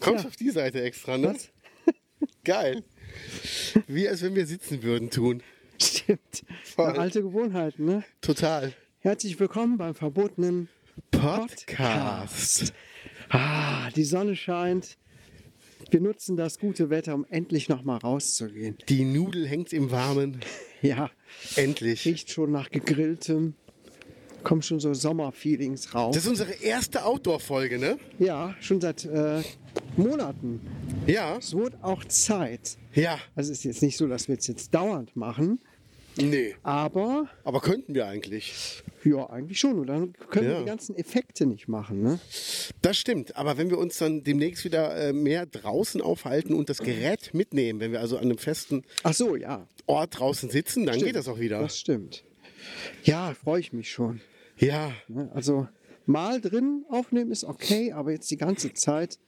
Kommst Ja. auf die Seite extra, ne? Geil. Wie als wenn wir sitzen würden tun. Stimmt. Voll. Eine alte Gewohnheiten, ne? Total. Herzlich willkommen beim verbotenen. Podcast. Ah, die Sonne scheint. Wir nutzen das gute Wetter, um endlich nochmal rauszugehen. Die Nudel hängt im Warmen. Ja, Endlich. riecht schon nach gegrilltem. Kommen schon so Sommerfeelings raus. Das ist unsere erste Outdoor-Folge, ne? ja, schon seit äh, Monaten. Ja. Es wurde auch Zeit. Ja. Also es ist jetzt nicht so, dass wir es jetzt dauernd machen, Nee. aber Aber könnten wir eigentlich. ja, eigentlich schon. Und dann können wir Ja. die ganzen Effekte nicht machen. Ne? Das stimmt. Aber wenn wir uns dann demnächst wieder äh, mehr draußen aufhalten und das Gerät mitnehmen, wenn wir also an einem festen Ach so, ja. Ort draußen sitzen, dann Stimmt. geht das auch wieder. Das stimmt. Ja, freue ich mich schon. Ja. Ne? Also mal drin aufnehmen ist okay, aber jetzt die ganze Zeit.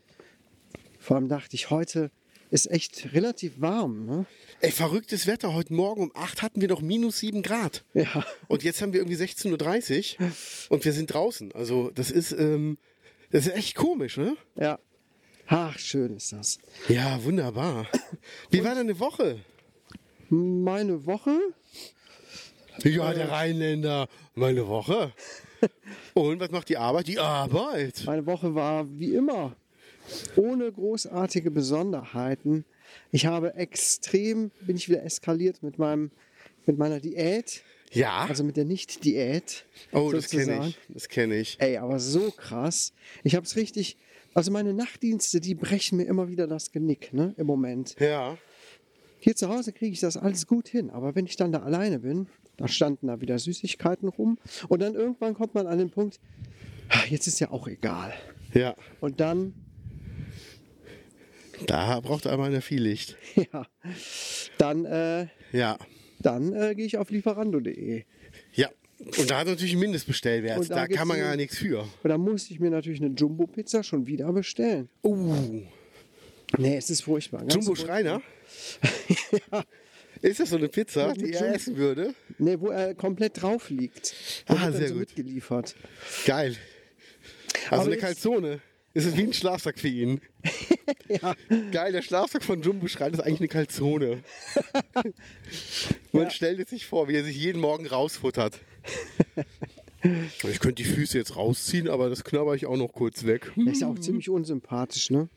Vor allem dachte ich, heute ist echt relativ warm. Ne? Ey, verrücktes Wetter. Heute Morgen um 8 hatten wir noch minus 7 Grad. Ja. Und jetzt haben wir irgendwie 16.30 Uhr und wir sind draußen. Also das ist, ähm, das ist echt komisch, ne? Ja. Ach, schön ist das. Ja, wunderbar. Wie war deine Woche? Meine Woche, Ja, der Rheinländer. Meine Woche. Und was macht die Arbeit? Die Arbeit. meine Woche war wie immer ohne großartige Besonderheiten. Ich habe extrem, bin ich wieder eskaliert mit meinem, mit meiner Diät, Ja. also mit der Nicht-Diät. oh, das sozusagen. kenne ich. Das kenne ich. Ey, aber so krass. Ich hab's richtig. Also meine Nachtdienste, die brechen mir immer wieder das Genick, ne? Im Moment. Ja. Hier zu Hause kriege ich das alles gut hin, aber wenn ich dann da alleine bin, da standen da wieder Süßigkeiten rum und dann irgendwann kommt man an den Punkt, "Ah, jetzt ist ja auch egal. Ja. Und dann, Da braucht einmal eine Viehlicht. ja, dann, äh, Ja. dann äh, gehe ich auf lieferando.de. Ja. Und da hat natürlich ein Mindestbestellwert. Und da Da, gibt's kann man einen- gar nichts für. Und dann musste ich mir natürlich eine Jumbo-Pizza schon wieder bestellen. Uh. Nee, es ist furchtbar. ganz Jumbo furchtbar. Schreiner? Ist das so eine Pizza, die er Jumbo- essen würde? Nee, wo er komplett drauf liegt. Da Ah, wird dann sehr so gut. Mitgeliefert. Geil. Also Aber eine jetzt- Kalzone. Es ist wie ein Schlafsack für ihn. Geil, der Schlafsack von Jumbo schreit ist eigentlich eine Kalzone. Man stellt es sich vor, wie er sich jeden Morgen rausfuttert. Ich könnte die Füße jetzt rausziehen, aber das knabber ich auch noch kurz weg. Der ist ja auch ziemlich unsympathisch, ne?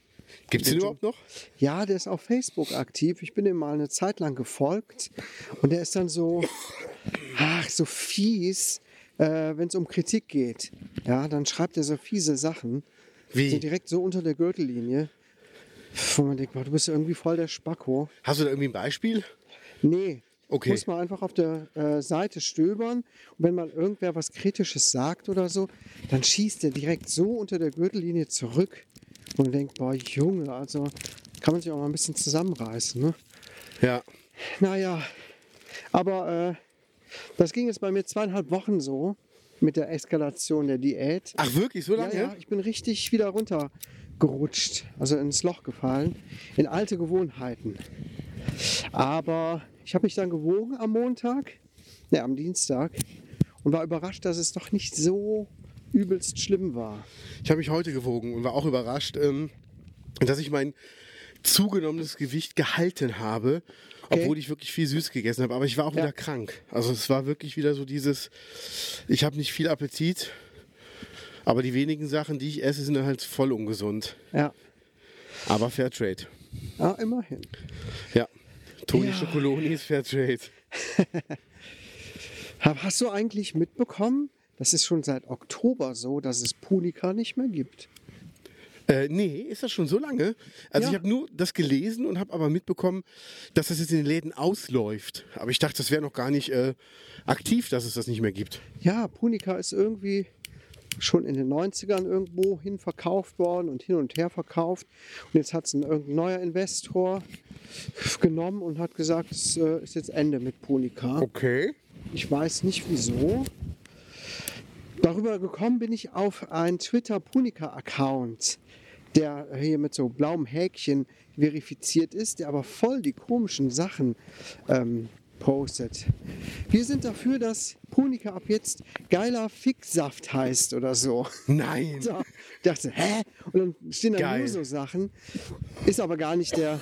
Gibt es den überhaupt noch? Ja, der ist auf Facebook aktiv. Ich bin ihm mal eine Zeit lang gefolgt und der ist dann so, ach, so fies, äh, wenn es um Kritik geht. Ja, dann schreibt er so fiese Sachen. Wie? So direkt so unter der Gürtellinie. Wo man denkt, boah, du bist ja irgendwie voll der Spacko. Hast du da irgendwie ein Beispiel? Nee. Okay. Muss man einfach auf der äh, Seite stöbern. Und wenn man irgendwer was Kritisches sagt oder so, dann schießt der direkt so unter der Gürtellinie zurück und denkt, boah, Junge, also kann man sich auch mal ein bisschen zusammenreißen. Ne? Ja. Naja, aber äh, das ging jetzt bei mir zweieinhalb Wochen so mit der Eskalation der Diät. Ach wirklich, so lange? Ja, ja, ich bin richtig wieder runtergerutscht, also ins Loch gefallen, in alte Gewohnheiten. Aber ich habe mich dann gewogen am Montag, ne, am Dienstag und war überrascht, dass es doch nicht so übelst schlimm war. Ich habe mich heute gewogen und war auch überrascht, ähm, dass ich mein zugenommenes Gewicht gehalten habe, Okay. obwohl ich wirklich viel süß gegessen habe. Aber ich war auch Ja. wieder krank. Also es war wirklich wieder so dieses, ich habe nicht viel Appetit, aber die wenigen Sachen, die ich esse, sind dann halt voll ungesund. Ja. Aber Fairtrade. Ah, immerhin. Ja. Toni Ja. Schokoloni ist Fairtrade. Hab- Hast du eigentlich mitbekommen, das ist schon seit Oktober so, dass es Punika nicht mehr gibt? Äh, nee, ist das schon so lange? Also Ja. ich habe nur das gelesen und habe aber mitbekommen, dass das jetzt in den Läden ausläuft. Aber ich dachte, das wäre noch gar nicht äh, aktiv, dass es das nicht mehr gibt. Ja, Punika ist irgendwie schon in den 90ern irgendwo hin verkauft worden und hin und her verkauft. Und jetzt hat es ein irgendein neuer Investor genommen und hat gesagt, es äh, ist jetzt Ende mit Punika. Okay. Ich weiß nicht wieso. Darüber gekommen bin ich auf einen Twitter Punica Account, der hier mit so blauem Häkchen verifiziert ist, der aber voll die komischen Sachen ähm, postet. Wir sind dafür, dass Punica ab jetzt geiler Ficksaft heißt oder so. Nein. So, dachte, hä? Und dann stehen da Geil. nur so Sachen. Ist aber gar nicht der,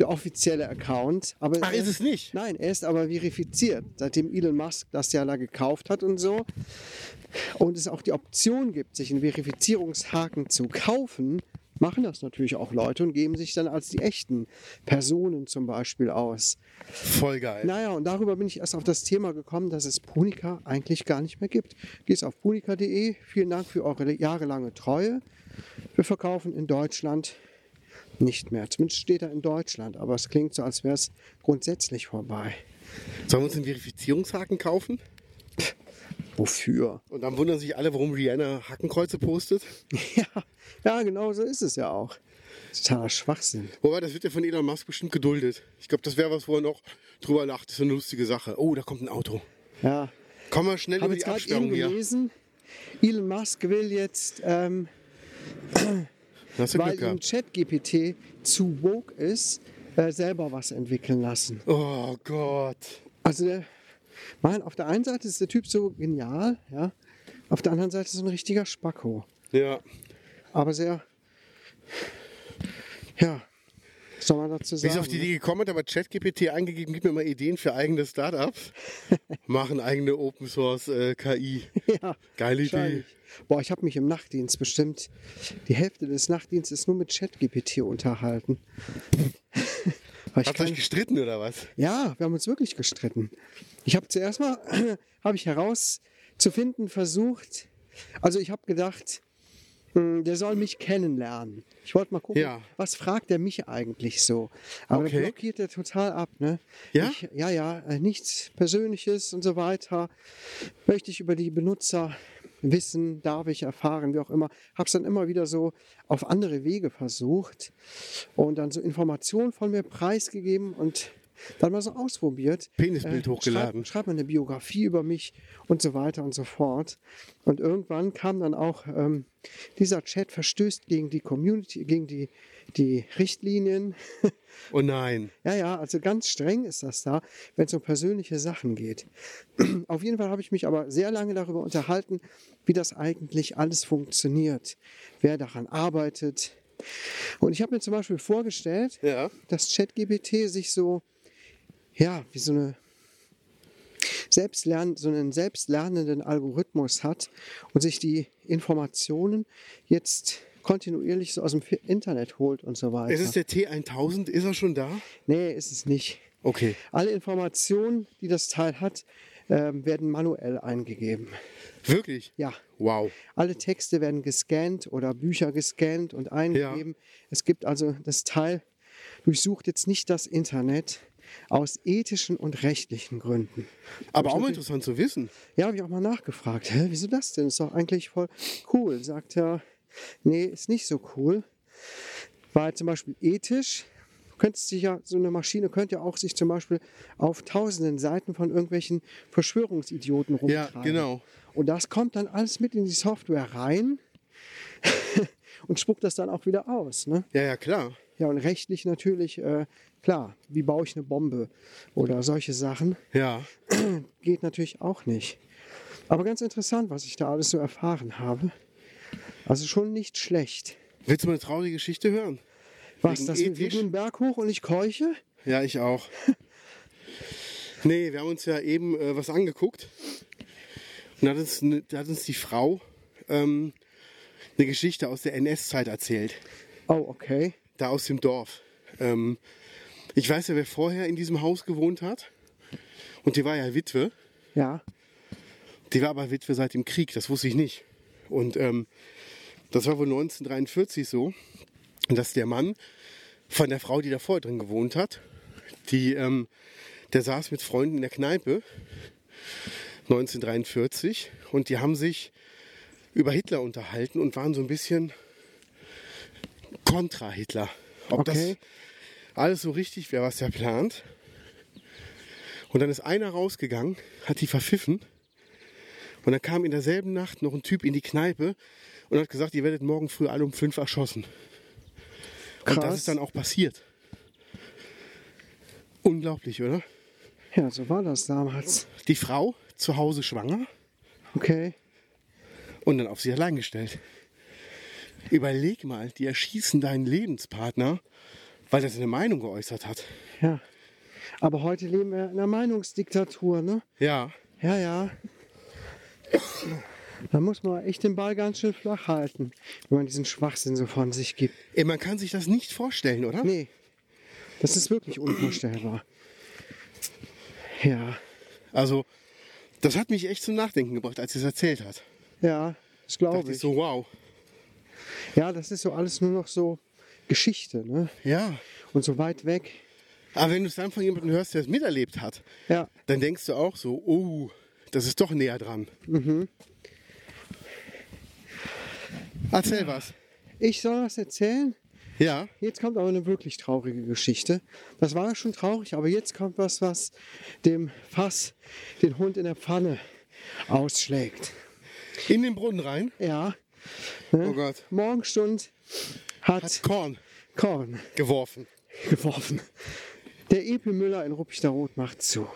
der offizielle Account. Aber Ach, ist es nicht? Nein, er ist aber verifiziert, seitdem Elon Musk das ja da gekauft hat und so. Und es auch die Option gibt, sich einen Verifizierungshaken zu kaufen, machen das natürlich auch Leute und geben sich dann als die echten Personen zum Beispiel aus. Voll geil. Naja, und darüber bin ich erst auf das Thema gekommen, dass es Punica eigentlich gar nicht mehr gibt. Gehst auf punica.de. Vielen Dank für eure jahrelange Treue. Wir verkaufen in Deutschland nicht mehr. Zumindest steht da in Deutschland, aber es klingt so, als wäre es grundsätzlich vorbei. Sollen wir uns einen Verifizierungshaken kaufen? Wofür? Und dann wundern sich alle, warum Rihanna Hackenkreuze postet. Ja, ja genau so ist es ja auch. Totaler Schwachsinn. Wobei, das wird ja von Elon Musk bestimmt geduldet. Ich glaube, das wäre was, wo er noch drüber lacht. Das ist eine lustige Sache. Oh, da kommt ein Auto. Ja, Komm mal schnell habe über jetzt die gerade eben Absperrung hier. gelesen, Elon Musk will jetzt ähm, Hast du weil Glück ihm gehabt. ChatGPT zu woke ist, äh, selber was entwickeln lassen. Oh Gott. Also der, mein, auf der einen Seite ist der Typ so genial, ja. Auf der anderen Seite ist er ein richtiger Spacko. Ja. Aber sehr, ja, was soll man dazu Wie sagen? ich auf die ne? Idee gekommen hat, aber ChatGPT eingegeben, gib mir mal Ideen für eigene Startups. Machen eigene Open Source äh, KI. ne? ja, Geile Idee. wahrscheinlich. Boah, ich habe mich im Nachtdienst bestimmt, die Hälfte des Nachtdienstes nur mit ChatGPT unterhalten. Weil ich Habt ihr euch gestritten oder was? Ja, wir haben uns wirklich gestritten. Ich habe zuerst mal habe ich herauszufinden versucht. Also ich habe gedacht, mh, der soll mich kennenlernen. Ich wollte mal gucken, Ja. was fragt er mich eigentlich so. Aber Okay. okay. blockiert er total ab, ne? Ja? Ich, ja, ja, äh, nichts Persönliches und so weiter. Möchte ich über die Benutzer wissen, darf ich erfahren, wie auch immer. Hab's dann immer wieder so auf andere Wege versucht und dann so Informationen von mir preisgegeben und dann mal so ausprobiert. Äh, Penisbild hochgeladen. Schreib, schreib mal eine Biografie über mich und so weiter und so fort. Und irgendwann kam dann auch, ähm, dieser Chat verstößt gegen die Community, gegen die, die Richtlinien. Oh nein. Ja, ja, also ganz streng ist das da, wenn es um persönliche Sachen geht. Auf jeden Fall habe ich mich aber sehr lange darüber unterhalten, wie das eigentlich alles funktioniert, wer daran arbeitet. Und ich habe mir zum Beispiel vorgestellt, Ja. dass ChatGPT sich so, ja, wie so eine Selbstlern, so einen selbstlernenden Algorithmus hat und sich die Informationen jetzt kontinuierlich so aus dem Internet holt und so weiter. Ist es der T1000? Ist er schon da? nee, ist es nicht. Okay. Alle Informationen, die das Teil hat, ähm, werden manuell eingegeben. Wirklich? Ja. Wow. Alle Texte werden gescannt oder Bücher gescannt und eingegeben. Es gibt also das Teil, durchsucht jetzt nicht das Internet aus ethischen und rechtlichen Gründen. Aber auch mal interessant zu wissen. Ja, habe ich auch mal nachgefragt. Hä, wieso das denn? Ist doch eigentlich voll cool. Sagt er, nee, ist nicht so cool. Weil zum Beispiel ethisch, du könntest dich ja, so eine Maschine könnte ja auch sich zum Beispiel auf tausenden Seiten von irgendwelchen Verschwörungsidioten rumtreiben. genau. Und das kommt dann alles mit in die Software rein und spuckt das dann auch wieder aus. Ne? Ja, ja, klar. Ja, und rechtlich natürlich, äh, klar, wie baue ich eine Bombe oder solche Sachen Ja. geht natürlich auch nicht. Aber ganz interessant, was ich da alles so erfahren habe. Also schon nicht schlecht. Willst du mal eine traurige Geschichte hören? Was, Wegen dass wir, wir ethisch? gehen einen Berg hoch und ich keuche? Ja, ich auch. nee, wir haben uns ja eben äh, was angeguckt. Und da hat uns, ne- da hat uns die Frau ähm, eine Geschichte aus der NS-Zeit erzählt. Oh, okay. Da aus dem Dorf. Ähm, ich weiß ja, wer vorher in diesem Haus gewohnt hat. Und die war ja Witwe. Ja. Die war aber Witwe seit dem Krieg, das wusste ich nicht. Und ähm, das war wohl 1943 so, dass der Mann von der Frau, die da vorher drin gewohnt hat, die, ähm, der saß mit Freunden in der Kneipe 1943 und die haben sich über Hitler unterhalten und waren so ein bisschen kontra Hitler. Ob Okay. das alles so richtig wäre, was er plant. Und dann ist einer rausgegangen, hat die verpfiffen und dann kam in derselben Nacht noch ein Typ in die Kneipe und hat gesagt, ihr werdet morgen früh alle um fünf erschossen. Und das Krass. ist dann auch passiert. Unglaublich, oder? Ja, so war das damals. Die Frau zu Hause schwanger Okay. und dann auf sich allein gestellt. Überleg mal, die erschießen deinen Lebenspartner, weil er seine Meinung geäußert hat. Ja. Aber heute leben wir in einer Meinungsdiktatur, ne? Ja, Ja, ja. Da muss man echt den Ball ganz schön flach halten, wenn man diesen Schwachsinn so von sich gibt. Ey, man kann sich das nicht vorstellen, oder? Nee, Hm? das ist wirklich unvorstellbar. Ja, Also, das hat mich echt zum Nachdenken gebracht, als sie es erzählt hat. ja, das Da glaube dachte ich ich. so, wow. Ja, das ist so alles nur noch so Geschichte, ne? Ja. Und so weit weg. Aber wenn du es dann von jemandem hörst, der es miterlebt hat, Ja, dann denkst du auch so, oh, das ist doch näher dran. Mhm. Erzähl was. ich soll was erzählen. Ja, Jetzt kommt aber eine wirklich traurige Geschichte. Das war ja schon traurig, aber jetzt kommt was, was dem Fass den Hund in der Pfanne ausschlägt. in den Brunnen rein. Ja, Oh Gott. Morgenstund Hat hat Korn Korn geworfen. geworfen. Der Epi Müller in Ruppichter Rot macht zu.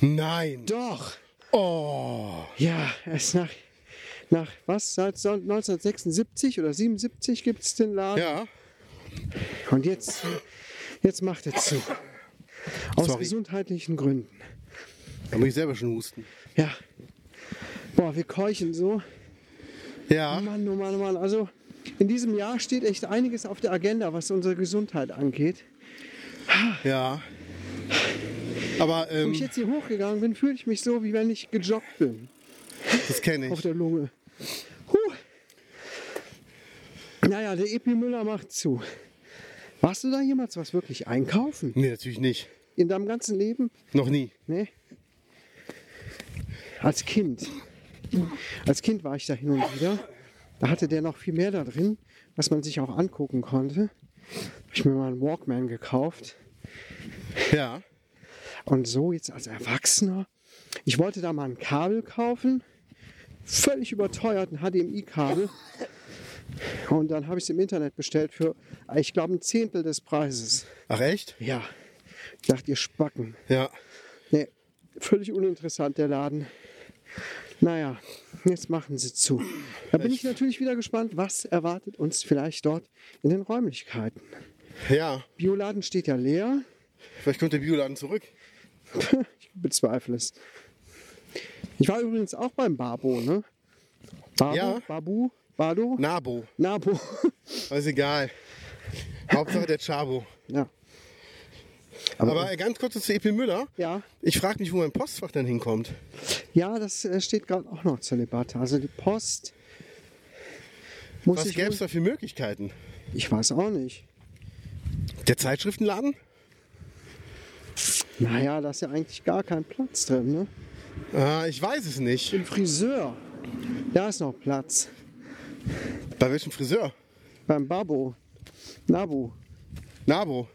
Nein. Doch, Oh. ja, erst nach, nach was, seit so- 1976 oder 77 gibt es den Laden. Ja. Und jetzt, jetzt macht er zu. Aus Sorry. gesundheitlichen Gründen. Da muss ich selber schon husten. Ja. Boah, wir keuchen so. Ja. Mann, oh Mann, oh Mann. Also in diesem Jahr steht echt einiges auf der Agenda, was unsere Gesundheit angeht. Ja. Aber Wenn ich ähm, jetzt hier hochgegangen bin, fühle ich mich so, wie wenn ich gejoggt bin. das kenne Auf ich. der Lunge. Huh. Naja, der Epi Müller macht zu. Warst du da jemals was wirklich einkaufen? Nee, natürlich nicht. In deinem ganzen Leben? Noch nie. Nee. Als Kind. Als Kind war ich da hin und wieder. Da hatte der noch viel mehr da drin, was man sich auch angucken konnte. Hab ich mir mal einen Walkman gekauft. Ja. Und so jetzt als Erwachsener. Ich wollte da mal ein Kabel kaufen. Völlig überteuert, ein HDMI-Kabel. Und dann habe ich es im Internet bestellt für, ich glaube, ein Zehntel des Preises. Ach echt? Ja. Ich dachte, ihr Spacken. Ja. Nee, völlig uninteressant der Laden. Naja, jetzt machen sie zu. Da bin ich natürlich wieder gespannt, was erwartet uns vielleicht dort in den Räumlichkeiten. Ja. Bioladen steht ja leer. Vielleicht kommt der Bioladen zurück. Ich bezweifle es. Ich war übrigens auch beim Babo, ne? Babo, Ja. Babu, Bado, Nabo. Nabo. Alles egal. Hauptsache der Chabo. ja. Aber, äh, ganz kurz zu Epi Müller. ja, Ich frage mich, wo mein Postfach dann hinkommt. ja, das äh, steht gerade auch noch zur Debatte. Also die Post muss Was ich. gäbe es wohl- da für Möglichkeiten? Ich weiß auch nicht. Der Zeitschriftenladen? Naja, da ist ja eigentlich gar kein Platz drin, ne? Ah, ich weiß es nicht. Im Friseur, da ist noch Platz. Bei welchem Friseur? Beim Babo, Nabu. Nabo.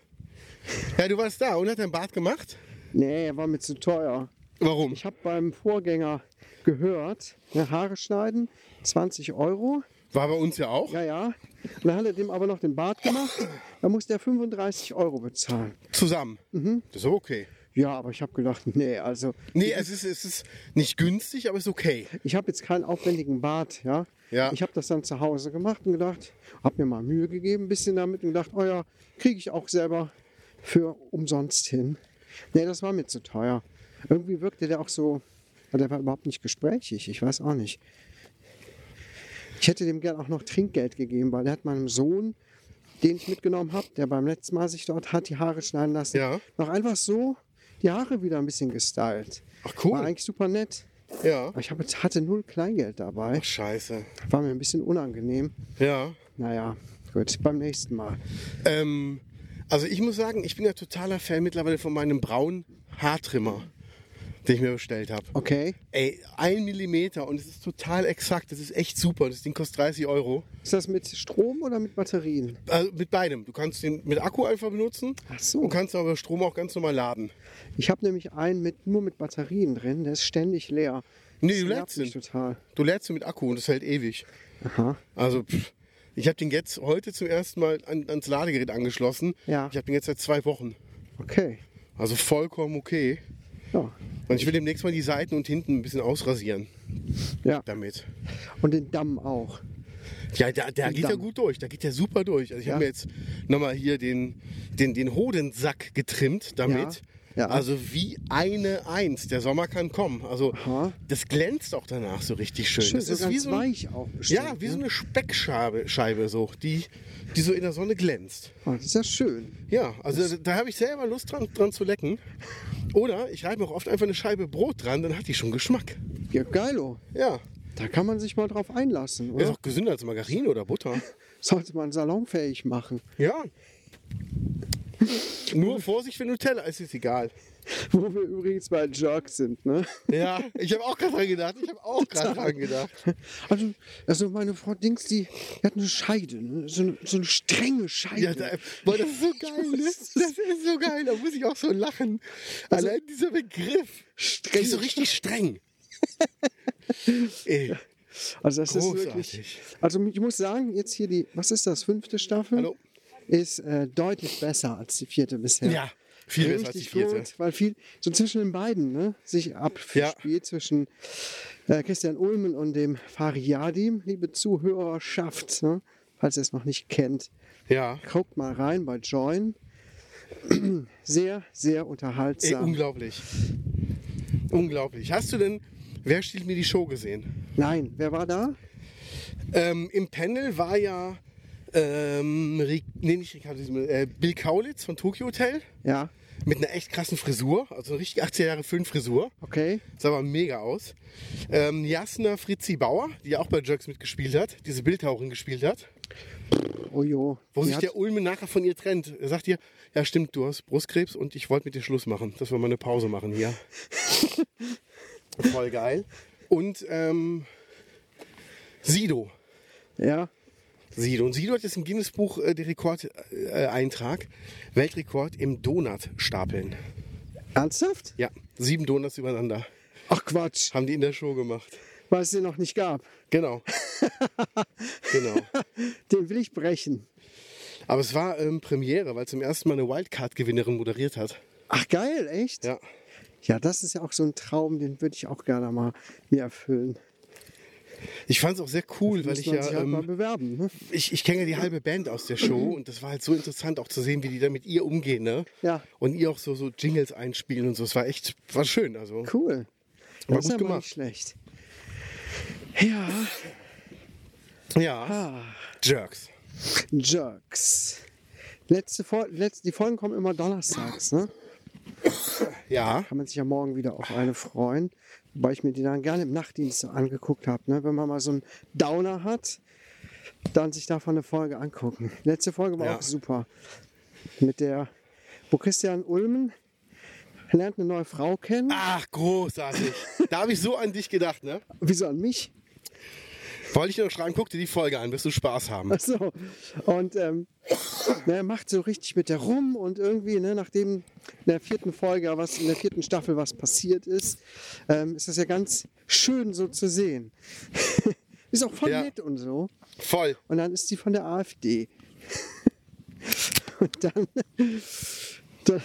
Ja, du warst da und hat dein Bart gemacht? Nee, er war mir zu teuer. Warum? Ich habe beim Vorgänger gehört, ne, Haare schneiden, 20 Euro. War bei uns ja auch. Ja, ja. Und dann hat er dem aber noch den Bart gemacht. Da musste er 35 Euro bezahlen. Mhm. Zusammen. Das ist aber okay. Ja, aber ich habe gedacht, nee, also Nee, es ist, es ist nicht günstig, aber ist okay. ich habe jetzt keinen aufwendigen Bart, ja. Ja. Ich habe das dann zu Hause gemacht und gedacht, habe mir mal Mühe gegeben, ein bisschen damit und gedacht, oh ja, kriege ich auch selber für umsonst hin. Nee, das war mir zu teuer. Irgendwie wirkte der auch so, der war überhaupt nicht gesprächig, ich weiß auch nicht. Ich hätte dem gern auch noch Trinkgeld gegeben, weil der hat meinem Sohn, den ich mitgenommen habe, der beim letzten Mal sich dort hat die Haare schneiden lassen, Ja. noch einfach so die Haare wieder ein bisschen gestylt. Ach War cool. eigentlich super nett. Ja. Aber ich hab, jetzt- hatte null Kleingeld dabei. Ach, scheiße. War mir ein bisschen unangenehm. Ja. Naja, gut, beim nächsten Mal. Ähm, also ich muss sagen, ich bin ja totaler Fan mittlerweile von meinem braunen Haartrimmer, den ich mir bestellt habe. Okay. Ey, ein Millimeter und es ist total exakt. Das ist echt super. Das Ding kostet 30 Euro. Ist das mit Strom oder mit Batterien? Also mit beidem. Du kannst den mit Akku einfach benutzen. Ach so. Und kannst aber Strom auch ganz normal laden. Ich habe nämlich einen mit, nur mit Batterien drin, der ist ständig leer. Nee, Das du nervt lädst mich ihn. total. Du lädst ihn mit Akku und das hält ewig. Aha. Also pff, ich habe den jetzt heute zum ersten Mal an, ans Ladegerät angeschlossen. Ja. Ich habe den jetzt seit zwei Wochen. Okay. Also vollkommen okay. Ja. Und ich will demnächst mal die Seiten und hinten ein bisschen ausrasieren ja. damit. Und den Damm auch. Ja, da, da geht er Damm. gut durch, da geht er super durch. Also ich Ja. habe mir jetzt nochmal hier den, den, den Hodensack getrimmt damit. Ja, ja. Also wie eine Eins. Der Sommer kann kommen. Also Aha. das glänzt auch danach so richtig schön. Schön, das so ist ganz wie so ein, weich auch bestimmt. Ja, wie so ne? eine Speckscheibe, Scheibe so, die, die so in der Sonne glänzt. oh, Das ist ja schön. Ja, also da habe ich selber Lust dran, dran zu lecken. Oder ich reibe auch oft einfach eine Scheibe Brot dran, dann hat die schon Geschmack. Ja, geilo. Ja, Da kann man sich mal drauf einlassen, ist oder? auch gesünder als Margarine oder Butter. Sollte man salonfähig machen. Ja. Nur Vorsicht für Nutella, es ist egal. Wo wir übrigens bei Jerk sind, ne? Ja, ich habe auch gerade dran gedacht. Ich habe auch gerade dran gedacht. Also, also meine Frau Dings, die, die hat eine Scheide, ne? so, eine, so eine strenge Scheide. Ja, da, boah, das ist so geil, ne? Das ist so geil, da muss ich auch so lachen. Also Allein dieser Begriff. Der ist so richtig streng. Ey, also das ist großartig. wirklich. Also ich muss sagen, jetzt hier die, was ist das, fünfte Staffel? Hallo? Ist äh, deutlich besser als die vierte bisher. Ja, viel besser als die Richtig vierte. Gut, weil viel so zwischen den beiden, ne, sich abspielt zwischen äh, Christian Ulmen und dem Fariadim, liebe Zuhörerschaft, ne, falls ihr es noch nicht kennt. Ja. Guckt mal rein bei Join. Sehr, sehr Ey, unterhaltsam. unglaublich. Unglaublich. Hast du denn, wer stiehlt mir die Show gesehen? Nein, wer war da? Ähm, Im Panel war ja, ähm, Ri- nee, nicht Ricardo, Simon, äh, Bill Kaulitz von Tokyo Hotel Ja, mit einer echt krassen Frisur, also eine richtig 80er Jahre Film-Frisur. okay. Sah aber mega aus. Ähm, Jasna Fritzi Bauer, die ja auch bei Jerks mitgespielt hat, diese Bildhauerin gespielt hat, Oh jo. wo Die sich hat- der Ulme nachher von ihr trennt. Er sagt ihr, ja stimmt, du hast Brustkrebs und ich wollte mit dir Schluss machen, dass wir mal eine Pause machen hier. Voll geil. Und ähm, Sido. ja, Sido. Und Sido hat jetzt im Guinness-Buch äh, den Rekordeintrag. Weltrekord im Donut-Stapeln. ernsthaft? Ja, sieben Donuts übereinander. Ach Quatsch, Haben die in der Show gemacht. weil es den noch nicht gab. Genau. genau. Den will ich brechen. Aber es war ähm, Premiere, weil zum ersten Mal eine Wildcard-Gewinnerin moderiert hat. Ach geil, echt? Ja. Ja, das ist ja auch so ein Traum, den würde ich auch gerne mal mir erfüllen. Ich fand es auch sehr cool, weil Muss ich man sich ja. halt mal Ähm, bewerben. Ne? ich ich kenne ja die halbe Band aus der Show und das war halt so interessant auch zu sehen, wie die da mit ihr umgehen, ne? Ja. Und ihr auch so, so Jingles einspielen und so. Es war echt, war schön. Also. Cool. War Das ist gut aber gemacht. nicht schlecht. Ja, Ja. Jerks. Jerks. Letzte Fol letzte, die Folgen kommen immer donnerstags, ne? Ja. kann man sich ja morgen wieder auf eine freuen. Wobei ich mir die dann gerne im Nachtdienst so angeguckt habe. Ne? Wenn man mal so einen Downer hat, dann sich davon eine Folge angucken. Letzte Folge war Ja. auch super. Mit der, wo Christian Ulmen lernt eine neue Frau kennen. Ach, großartig. da habe ich so an dich gedacht, ne? Wieso an mich? Wollte ich dir noch schreiben, guck dir die Folge an, wirst du Spaß haben. Ach so. Und ähm, ne, er macht so richtig mit der rum und irgendwie, ne, nachdem in der vierten Folge, was in der vierten Staffel was passiert ist, ähm, ist das ja ganz schön so zu sehen. ist auch voll Ja. nett und so. Voll. Und dann ist sie von der AfD. und dann, Dann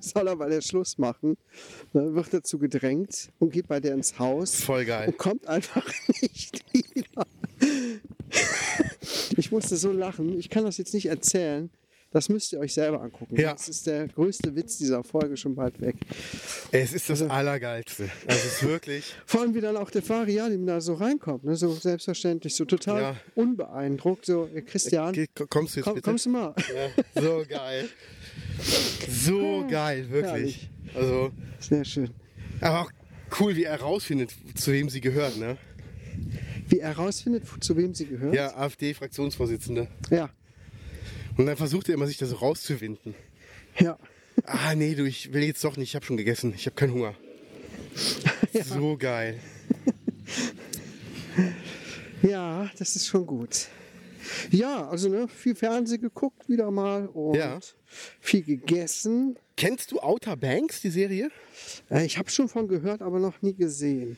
soll er bei der Schluss machen. Dann wird dazu gedrängt und geht bei der ins Haus Voll geil. und Oh, kommt einfach nicht wieder. Ich musste so lachen. Ich kann das jetzt nicht erzählen. Das müsst ihr euch selber angucken. Ja. Das ist der größte Witz dieser Folge schon bald weg. Es ist das Allergeilste. Also es ist wirklich. Vor allem, wie dann auch der Fariadim da so reinkommt. Ne? So selbstverständlich, so total Ja. unbeeindruckt. So, äh, Christian, Geh, kommst du jetzt komm, bitte? kommst du mal? So geil. So geil, wirklich. Also, Sehr schön. aber auch cool, wie er rausfindet, zu wem sie gehört, ne? Wie er herausfindet, zu wem sie gehört. Ja, AfD-Fraktionsvorsitzende. Ja. Und dann versucht er immer, sich da so rauszuwinden. Ja. Ah, nee, du, ich will jetzt doch nicht. Ich habe schon gegessen. Ich habe keinen Hunger. So geil. Ja, das ist schon gut. Ja, also ne, viel Fernsehen geguckt wieder mal und Ja. viel gegessen. Kennst du Outer Banks, die Serie? Äh, Ich habe schon von gehört, aber noch nie gesehen.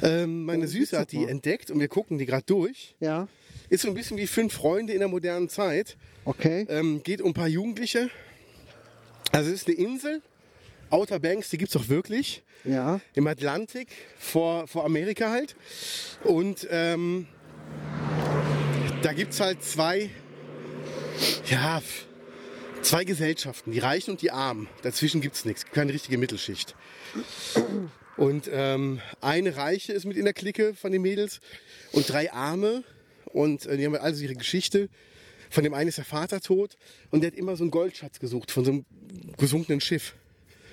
Ähm, meine Oh, Süße hat die super. entdeckt und wir gucken die gerade durch. Ja, Ist so ein bisschen wie fünf Freunde in der modernen Zeit. okay. Ähm, geht um ein paar Jugendliche. Also es ist eine Insel. Outer Banks, die gibt es auch wirklich. Ja, Im Atlantik, vor, vor Amerika halt. Und ähm, da gibt es halt zwei, ja, f- zwei Gesellschaften, die Reichen und die Armen. Dazwischen gibt es nichts, keine richtige Mittelschicht. Und ähm, eine Reiche ist mit in der Clique von den Mädels und drei Arme. Und äh, die haben halt also ihre Geschichte. Von dem einen ist der Vater tot und der hat immer so einen Goldschatz gesucht von so einem gesunkenen Schiff.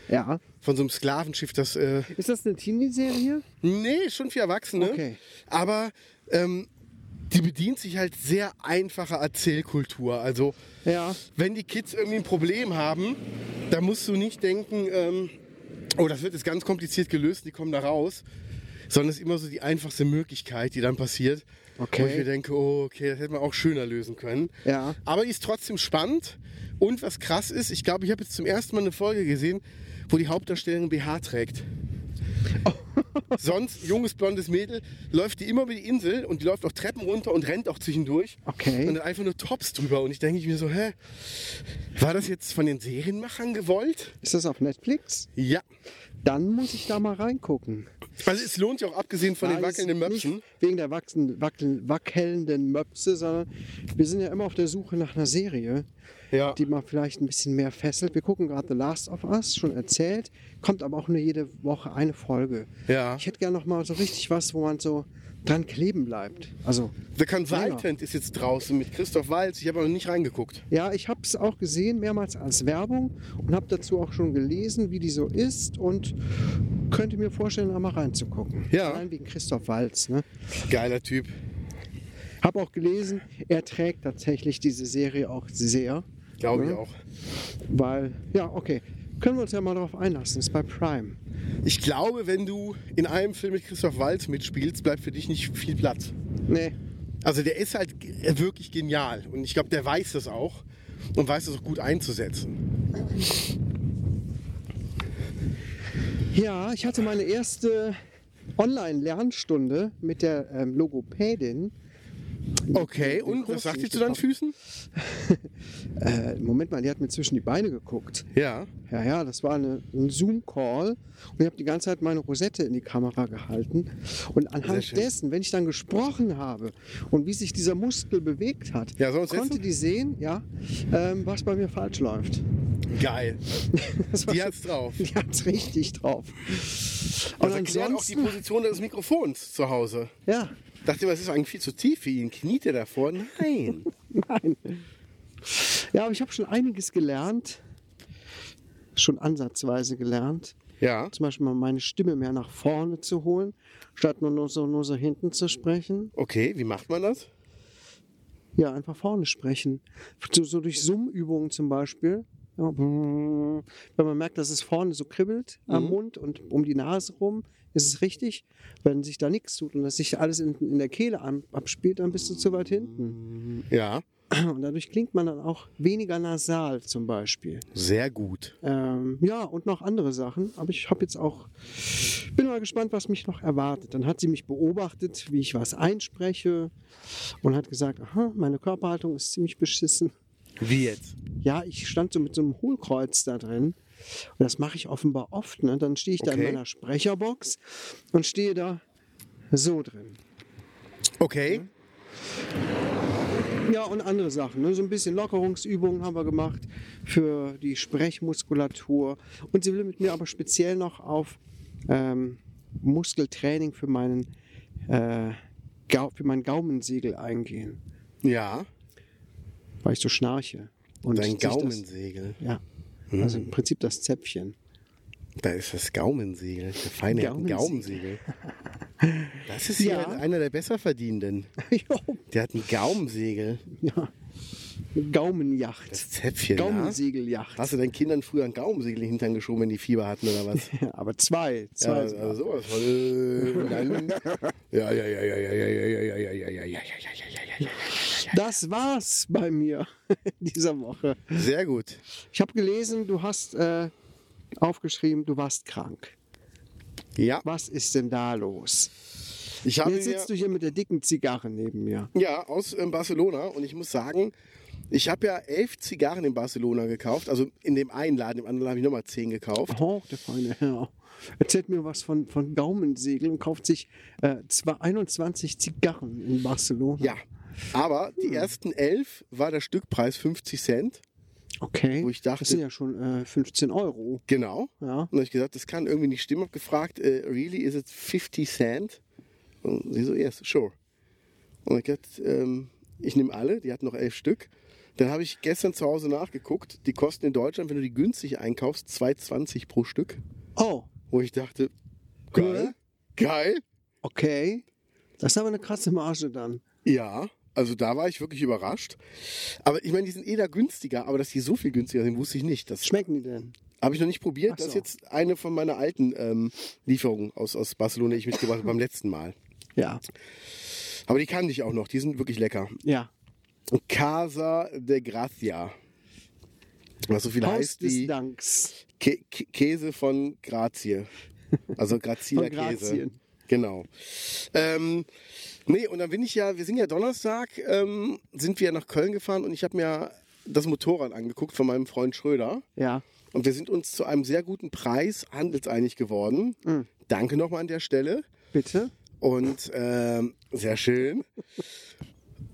ja. Von so einem Sklavenschiff, das äh, Ist das eine Teenie-Serie? Nee, schon für Erwachsene. Okay. Aber ähm, die bedient sich halt sehr einfacher Erzählkultur. Also, Ja, wenn die Kids irgendwie ein Problem haben, dann musst du nicht denken, ähm, oh, das wird jetzt ganz kompliziert gelöst, die kommen da raus. Sondern es ist immer so die einfachste Möglichkeit, die dann passiert. Okay. Wo ich mir denke, oh, okay, das hätte man auch schöner lösen können. Ja. Aber die ist trotzdem spannend. Und was krass ist, ich glaube, ich habe jetzt zum ersten Mal eine Folge gesehen, wo die Hauptdarstellerin BH trägt. Sonst, junges, blondes Mädel, läuft die immer über die Insel und die läuft auch Treppen runter und rennt auch zwischendurch. Okay. Und dann einfach nur Tops drüber. Und ich denke ich mir so, hä, war das jetzt von den Serienmachern gewollt? ist das auf Netflix? Ja. Dann muss ich da mal reingucken. Also es lohnt sich auch abgesehen von den Nein, das wackelnden ist Möpsen. Nicht wegen der wachsen, wackel, wackelnden Möpse, sondern wir sind ja immer auf der Suche nach einer Serie, Ja. die mal vielleicht ein bisschen mehr fesselt. Wir gucken gerade The Last of Us, schon erzählt, kommt aber auch nur jede Woche eine Folge. Ja. Ich hätte gerne noch mal so richtig was, wo man so dran kleben bleibt. Also, The Consultant Genau. ist jetzt draußen mit Christoph Walz. Ich habe noch nicht reingeguckt. ja, ich habe es auch gesehen, mehrmals als Werbung und habe dazu auch schon gelesen, wie die so ist und könnte mir vorstellen, da mal reinzugucken. Ja. Allein wegen Christoph Walz, ne? Geiler Typ. Habe auch gelesen, er trägt tatsächlich diese Serie auch sehr, Glaube ich Ja. auch. weil, ja, okay, können wir uns ja mal darauf einlassen, ist bei Prime. Ich glaube, wenn du in einem Film mit Christoph Walz mitspielst, bleibt für dich nicht viel Platz. Nee, Also der ist halt ge- wirklich genial. Und ich glaube, der weiß das auch. Und weiß das auch gut einzusetzen. Ja, ich hatte meine erste Online-Lernstunde mit der ähm, Logopädin. Okay, Den und Kurs, den was sagt ich ihr zu deinen gekauft- Füßen? Äh, Moment mal, die hat mir zwischen die Beine geguckt. Ja. Ja, ja, das war eine, ein Zoom-Call und ich habe die ganze Zeit meine Rosette in die Kamera gehalten. Und anhand schön. dessen, wenn ich dann gesprochen habe und wie sich dieser Muskel bewegt hat, Ja, sollen wir uns konnte setzen? die sehen, ja, ähm, was bei mir falsch läuft. Geil. Das war Die schon- hat's drauf. Die hat's richtig drauf. Und Das erklärt Also auch die ansonsten, Position des Mikrofons zu Hause. ja, Dachte mir, es ist eigentlich viel zu tief für ihn. Kniet er davor? Nein. Nein. Ja, aber ich habe schon einiges gelernt. Schon ansatzweise gelernt. Ja. Zum Beispiel mal meine Stimme mehr nach vorne zu holen, statt nur, nur, so, nur so hinten zu sprechen. Okay, wie macht man das? Ja, einfach vorne sprechen. So, so durch Summübungen zum Beispiel. Ja, Wenn man merkt, dass es vorne so kribbelt am Mund und um die Nase rum, ist es richtig. Wenn sich da nichts tut und dass sich alles in, in der Kehle an, abspielt, dann bist du zu weit hinten. Ja. Und dadurch klingt man dann auch weniger nasal zum Beispiel. Sehr gut. Ähm, ja, und noch andere Sachen. Aber ich habe jetzt auch, bin mal gespannt, was mich noch erwartet. Dann hat sie mich beobachtet, wie ich was einspreche und hat gesagt, aha, meine Körperhaltung ist ziemlich beschissen. Wie jetzt? Ja, ich stand so mit so einem Hohlkreuz da drin. Und das mache ich offenbar oft. Ne? Dann stehe ich da Okay. in meiner Sprecherbox und stehe da so drin. Okay. Ja, und andere Sachen. Ne? So ein bisschen Lockerungsübungen haben wir gemacht für die Sprechmuskulatur. Und sie will mit mir aber speziell noch auf ähm, Muskeltraining für meinen, äh, Gau für meinen Gaumensegel eingehen, Ja. weil ich so schnarche. Und sich Dein das- Gaumensegel. Hm. Ja. Also im Prinzip das Zäpfchen. Da ist das Gaumensegel. Der Feine hat ein Gaumensegel. Gaumensegel. Das ist hier Ja. einer der Besserverdienenden. Jo, Der hat ein Gaumensegel. ja. Eine Gaumenjacht. Das Zäpfchen. ja? Gaumensegeljacht. Hast du deinen Kindern früher ein Gaumensegel in den Hintern geschoben, wenn die Fieber hatten oder was? Ja, aber zwei. Ja, zwei sogar. also sowas. von, äh, und dann- Ja, ja, ja, ja, ja, ja, ja, ja, ja, ja, ja, ja, ja, ja, ja, ja, ja, ja, ja, ja, Das war's bei mir in dieser Woche. ja. Sehr gut. Ich habe gelesen, du hast äh, aufgeschrieben, du warst krank. Ja, Was ist denn da los? ich habe Jetzt mir, sitzt du hier mit der dicken Zigarre neben mir. ja aus ähm, Barcelona und ich muss sagen, ich habe ja elf Zigarren in Barcelona gekauft, also in dem einen Laden, im anderen habe ich nochmal zehn gekauft. Hoch, der feine Herr. Erzählt mir was von, von Gaumensegeln und kauft sich äh, zwar 21 Zigarren in Barcelona. Ja, aber Hm. die ersten elf war der Stückpreis 50 Cent. Okay. Wo ich dachte- das sind ja schon äh, 15 Euro. Genau. Ja. Und dann habe ich gesagt, das kann irgendwie nicht stimmen. Habe gefragt, äh, really, is it 50 Cent? Und sie so, yes, sure. Und ich gesagt, ähm, ich nehme alle, die hatten noch elf Stück. Dann habe ich gestern zu Hause nachgeguckt, die kosten in Deutschland, wenn du die günstig einkaufst, 2,20 pro Stück. Oh, Wo ich dachte, geil, geil. okay. Das ist aber eine krasse Marge dann. Ja, also da war ich wirklich überrascht. Aber ich meine, die sind eh da günstiger, aber dass die so viel günstiger sind, wusste ich nicht. Das Schmecken die denn? Habe ich noch nicht probiert. Ach Das so. ist jetzt eine von meiner alten ähm, Lieferungen aus, aus Barcelona, die ich mitgebracht habe beim letzten Mal. Ja. Aber die kannte ich auch noch. Die sind wirklich lecker. Ja. Casa de Gracia. Was so viel Haus heißt des wie Danks. Kä Kä- Käse von Grazie. Also Grazieler Von Käse. Grazien. Genau. Ähm, nee, und dann bin ich ja, wir sind ja Donnerstag, ähm, sind wir nach Köln gefahren und ich habe mir das Motorrad angeguckt von meinem Freund Schröder. Ja. Und wir sind uns zu einem sehr guten Preis handelseinig geworden. Danke nochmal an der Stelle. Bitte? Und ähm, sehr schön.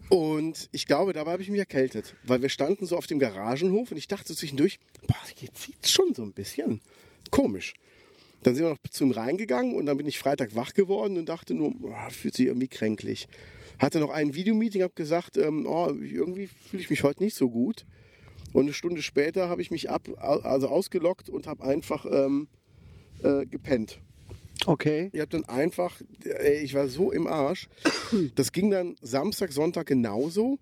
Und ich glaube, dabei habe ich mich erkältet, weil wir standen so auf dem Garagenhof und ich dachte zwischendurch, boah, hier zieht schon so ein bisschen. Komisch. Dann sind wir noch zum Rhein gegangen und dann bin ich Freitag wach geworden und dachte nur, boah, fühlt sich irgendwie kränklich. Hatte noch ein Videomeeting, habe gesagt, ähm, oh, irgendwie fühle ich mich heute nicht so gut. Und eine Stunde später habe ich mich ab, also ausgelockt und habe einfach ähm, äh, gepennt. Okay. Ich habe dann einfach, ey, ich war so im Arsch. Das ging dann Samstag, Sonntag genauso.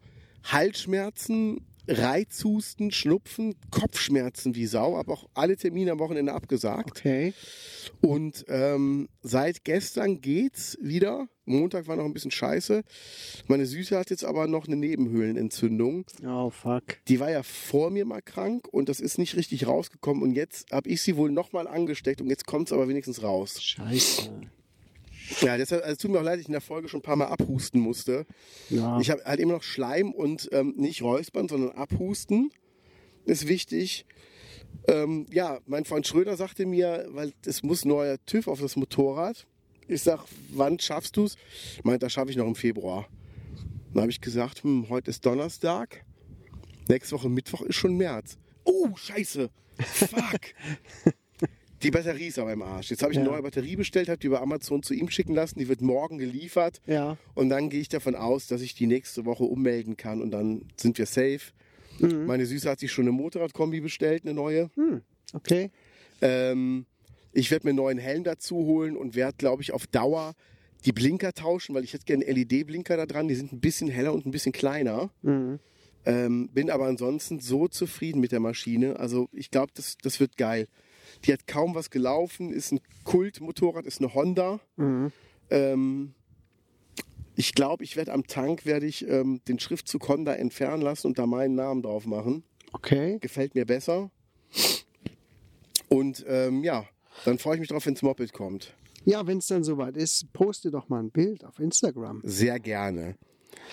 Halsschmerzen, Reizhusten, Schnupfen, Kopfschmerzen wie Sau. Habe auch alle Termine am Wochenende abgesagt. Okay. Und ähm, seit gestern geht's wieder. Montag war noch ein bisschen scheiße. Meine Süße hat jetzt aber noch eine Nebenhöhlenentzündung. Oh, fuck. Die war ja vor mir mal krank und das ist nicht richtig rausgekommen. Und jetzt habe ich sie wohl nochmal angesteckt und jetzt kommt's aber wenigstens raus. Scheiße. Ja, deshalb, also es tut mir auch leid, dass ich in der Folge schon ein paar Mal abhusten musste. Ja. Ich habe halt immer noch Schleim und ähm, nicht räuspern, sondern abhusten ist wichtig. Ähm, ja, mein Freund Schröder sagte mir, weil es muss neuer TÜV auf das Motorrad. Ich sag, wann schaffst du's? Meint, das schaffe ich noch im Februar. Dann habe ich gesagt, hm, heute ist Donnerstag, nächste Woche Mittwoch ist schon März. Oh, scheiße. Fuck. die Batterie ist aber im Arsch. Jetzt habe ich eine Ja. neue Batterie bestellt, habe die über Amazon zu ihm schicken lassen. Die wird morgen geliefert. Ja. Und dann gehe ich davon aus, dass ich die nächste Woche ummelden kann und dann sind wir safe. Meine Süße hat sich schon eine Motorradkombi bestellt, eine neue. Okay. Ähm, ich werde mir einen neuen Helm dazu holen und werde, glaube ich, auf Dauer die Blinker tauschen, weil ich hätte gerne LED-Blinker da dran. Die sind ein bisschen heller und ein bisschen kleiner. Mhm. Ähm, bin aber ansonsten so zufrieden mit der Maschine. Also ich glaube, das, das wird geil. Die hat kaum was gelaufen, ist ein Kultmotorrad, ist eine Honda. Mhm. Ähm, ich glaube, ich werde am Tank werde ich ähm, den Schriftzug Honda entfernen lassen und da meinen Namen drauf machen. Okay. Gefällt mir besser. Und ähm, ja, dann freue ich mich drauf, wenn's Moped kommt. Ja, wenn es dann soweit ist, poste doch mal ein Bild auf Instagram. Sehr gerne.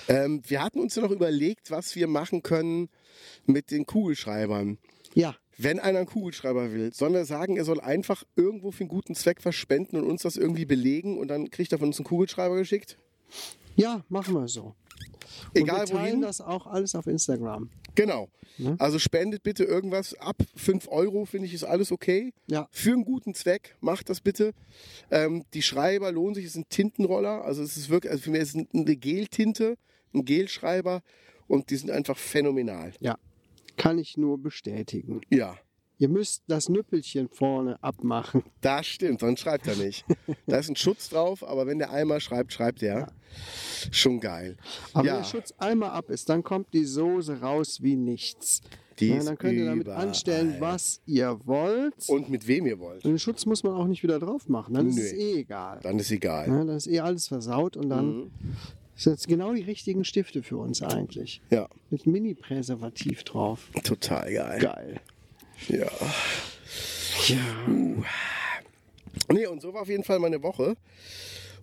Ähm, wir hatten uns ja noch überlegt, was wir machen können mit den Kugelschreibern. Ja, Wenn einer einen Kugelschreiber will, sollen wir sagen, er soll einfach irgendwo für einen guten Zweck verspenden und uns das irgendwie belegen und dann kriegt er von uns einen Kugelschreiber geschickt? ja, machen wir so. Und wir Egal teilen wohin. das auch alles auf Instagram. Genau. Ne? Also spendet bitte irgendwas ab 5 Euro, finde ich, ist alles okay. Ja, Für einen guten Zweck, macht das bitte. Ähm, die Schreiber lohnen sich, es sind Tintenroller. Also es ist wirklich, also für mich ist es eine Geltinte, ein Gelschreiber und die sind einfach phänomenal. kann ich nur bestätigen. Ja, Ihr müsst das Nüppelchen vorne abmachen. das stimmt, sonst schreibt er nicht. da ist ein Schutz drauf, aber wenn der einmal schreibt, schreibt er. Schon geil. Aber ja, wenn der Schutz einmal ab ist, dann kommt die Soße raus wie nichts. die Ja, ist dann könnt ihr damit überall. anstellen, was ihr wollt. Und Und mit wem ihr wollt. den Schutz muss man auch nicht wieder drauf machen. Dann ist Nö. es eh egal. Dann ist egal. Ja, dann ist eh alles versaut und dann Mhm. sind es genau die richtigen Stifte für uns eigentlich. Ja, Mit Mini-Präservativ drauf. total geil. Geil. Ja. Ja. Nee, und so war auf jeden Fall meine Woche.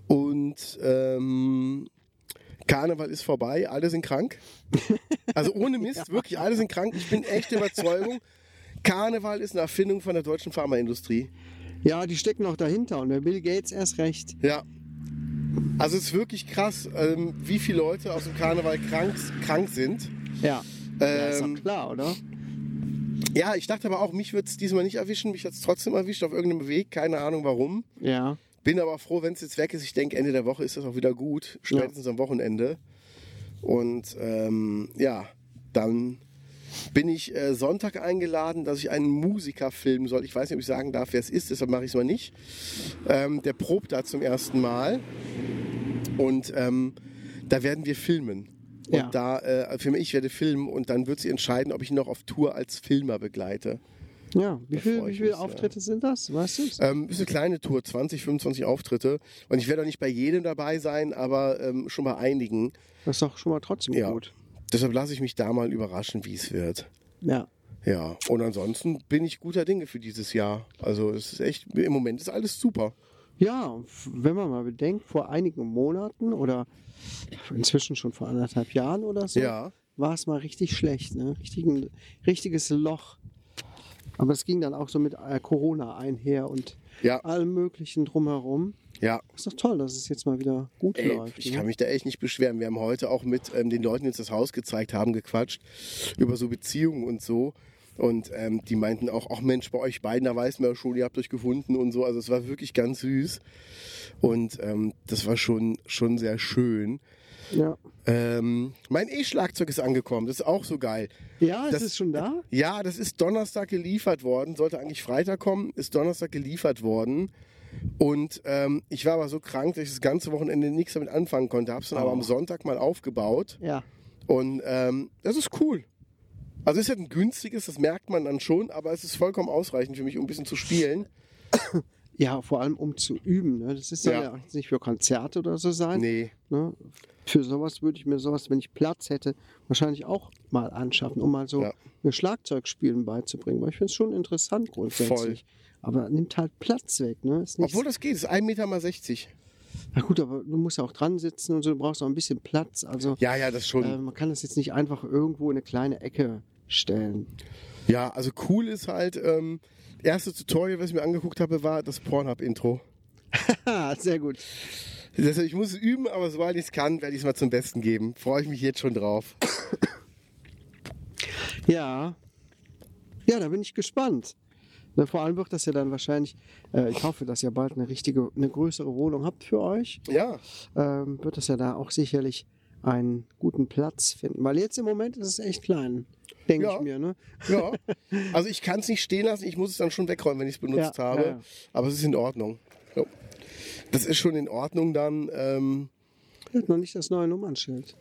Und ähm, Karneval ist vorbei, alle sind krank. Also ohne Mist, wirklich, alle sind krank. Ich bin echt der Überzeugung, Karneval ist eine Erfindung von der deutschen Pharmaindustrie. ja, die stecken noch dahinter und der Bill Gates erst recht. Ja. Also es ist wirklich krass, ähm, wie viele Leute aus dem Karneval krank, krank sind. Ja. ja ist doch Ähm, klar, oder? Ja, ich dachte aber auch, mich wird es diesmal nicht erwischen. Mich hat es trotzdem erwischt auf irgendeinem Weg, keine Ahnung warum. Ja. Bin aber froh, wenn es jetzt weg ist. Ich denke, Ende der Woche ist das auch wieder gut. Spätestens am Wochenende. Und ähm, ja, dann bin ich äh, Sonntag eingeladen, dass ich einen Musiker filmen soll. Ich weiß nicht, ob ich sagen darf, wer es ist, deshalb mache ich es mal nicht. Ähm, der probt da zum ersten Mal. Und ähm, da werden wir filmen. Und Ja. da, äh, für mich, ich werde filmen und dann wird sie entscheiden, ob ich ihn noch auf Tour als Filmer begleite. Ja. Wie, viel, freu wie ich viele mich sehr. Auftritte sind das? Weißt du? Ähm, ist eine kleine Tour, 20, 25 Auftritte. Und ich werde auch nicht bei jedem dabei sein, aber ähm, schon bei einigen. Das ist doch schon mal trotzdem Ja. gut. Deshalb lasse ich mich da mal überraschen, wie es wird. Ja. Ja, und ansonsten bin ich guter Dinge für dieses Jahr. Also es ist echt, im Moment ist alles super. Ja, f- wenn man mal bedenkt, vor einigen Monaten oder inzwischen schon vor anderthalb Jahren oder so, Ja. war es mal richtig schlecht, ne? Richtig, ein richtiges Loch. Aber es ging dann auch so mit äh, Corona einher und Ja, allem möglichen drumherum. ja. Ist doch toll, dass es jetzt mal wieder gut Ey, läuft. ich ne? kann mich da echt nicht beschweren. Wir haben heute auch mit ähm, den Leuten, die uns das Haus gezeigt haben, gequatscht über so Beziehungen und so. Und ähm, die meinten auch, ach Mensch, bei euch beiden, da weiß man ja schon, ihr habt euch gefunden und so. Also es war wirklich ganz süß. Und ähm, das war schon, schon sehr schön. ja. Ähm, mein E-Schlagzeug ist angekommen, das ist auch so geil. ja, es das- ist schon da. Ja, das ist Donnerstag geliefert worden. Sollte eigentlich Freitag kommen, ist Donnerstag geliefert worden. Und ähm, ich war aber so krank, dass ich das ganze Wochenende nichts damit anfangen konnte. Hab's dann aber am Sonntag mal aufgebaut. Ja. Und ähm, das ist cool. Also es ist halt ein günstiges, das merkt man dann schon, aber es ist vollkommen ausreichend für mich, um ein bisschen zu spielen. Ja, vor allem um zu üben. Ne? Das ist ja. Ja. ja auch jetzt nicht für Konzerte oder so sein. Nee. Ne? Für sowas würde ich mir sowas, wenn ich Platz hätte, wahrscheinlich auch mal anschaffen, um mal so Ja. mir Schlagzeugspielen beizubringen, weil ich finde es schon interessant grundsätzlich. Aber nimmt halt Platz weg, ne? Ist nicht Obwohl das geht, es ist 1 Meter mal 60. Na gut, aber du musst ja auch dran sitzen und so, du brauchst auch ein bisschen Platz. Also Ja, ja, das schon. äh, man kann das jetzt nicht einfach irgendwo in eine kleine Ecke stellen. Ja, also cool ist halt, ähm, erste Tutorial, was ich mir angeguckt habe, war das Pornhub-Intro. Ah, sehr gut. Das heißt, ich muss es üben, aber sobald ich es kann, werde ich es mal zum Besten geben. Freue ich mich jetzt schon drauf. Ja. Ja, da bin ich gespannt. Na, vor allem wird das ja dann wahrscheinlich, äh, ich hoffe, dass ihr bald eine richtige, eine größere Wohnung habt für euch. Ja, ähm, wird das ja da auch sicherlich einen guten Platz finden. Weil jetzt im Moment ist es echt klein, denke Ja. ich mir. Ne? ja. Also ich kann es nicht stehen lassen, ich muss es dann schon wegräumen, wenn ich es benutzt Ja, habe. ja, ja. Aber es ist in Ordnung. Jo. Das ist schon in Ordnung dann. Ähm, Er hat noch nicht das neue Nummernschild.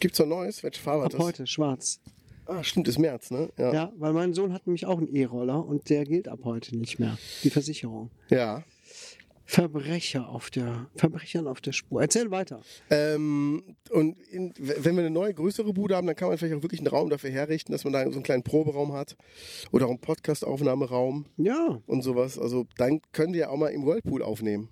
Gibt es noch Neues? Welche Farbe hat Ab das? heute, schwarz. Ah, stimmt, ist März, ne? Ja. Ja, weil mein Sohn hat nämlich auch einen E-Roller und der gilt ab heute nicht mehr. Die Versicherung. ja. Verbrecher auf der, Verbrechern auf der Spur. Erzähl weiter. Ähm, und in, w- wenn wir eine neue, größere Bude haben, dann kann man vielleicht auch wirklich einen Raum dafür herrichten, dass man da so einen kleinen Proberaum hat oder auch einen Podcast-Aufnahmeraum Ja, und sowas. Also dann könnt ihr auch mal im Whirlpool aufnehmen.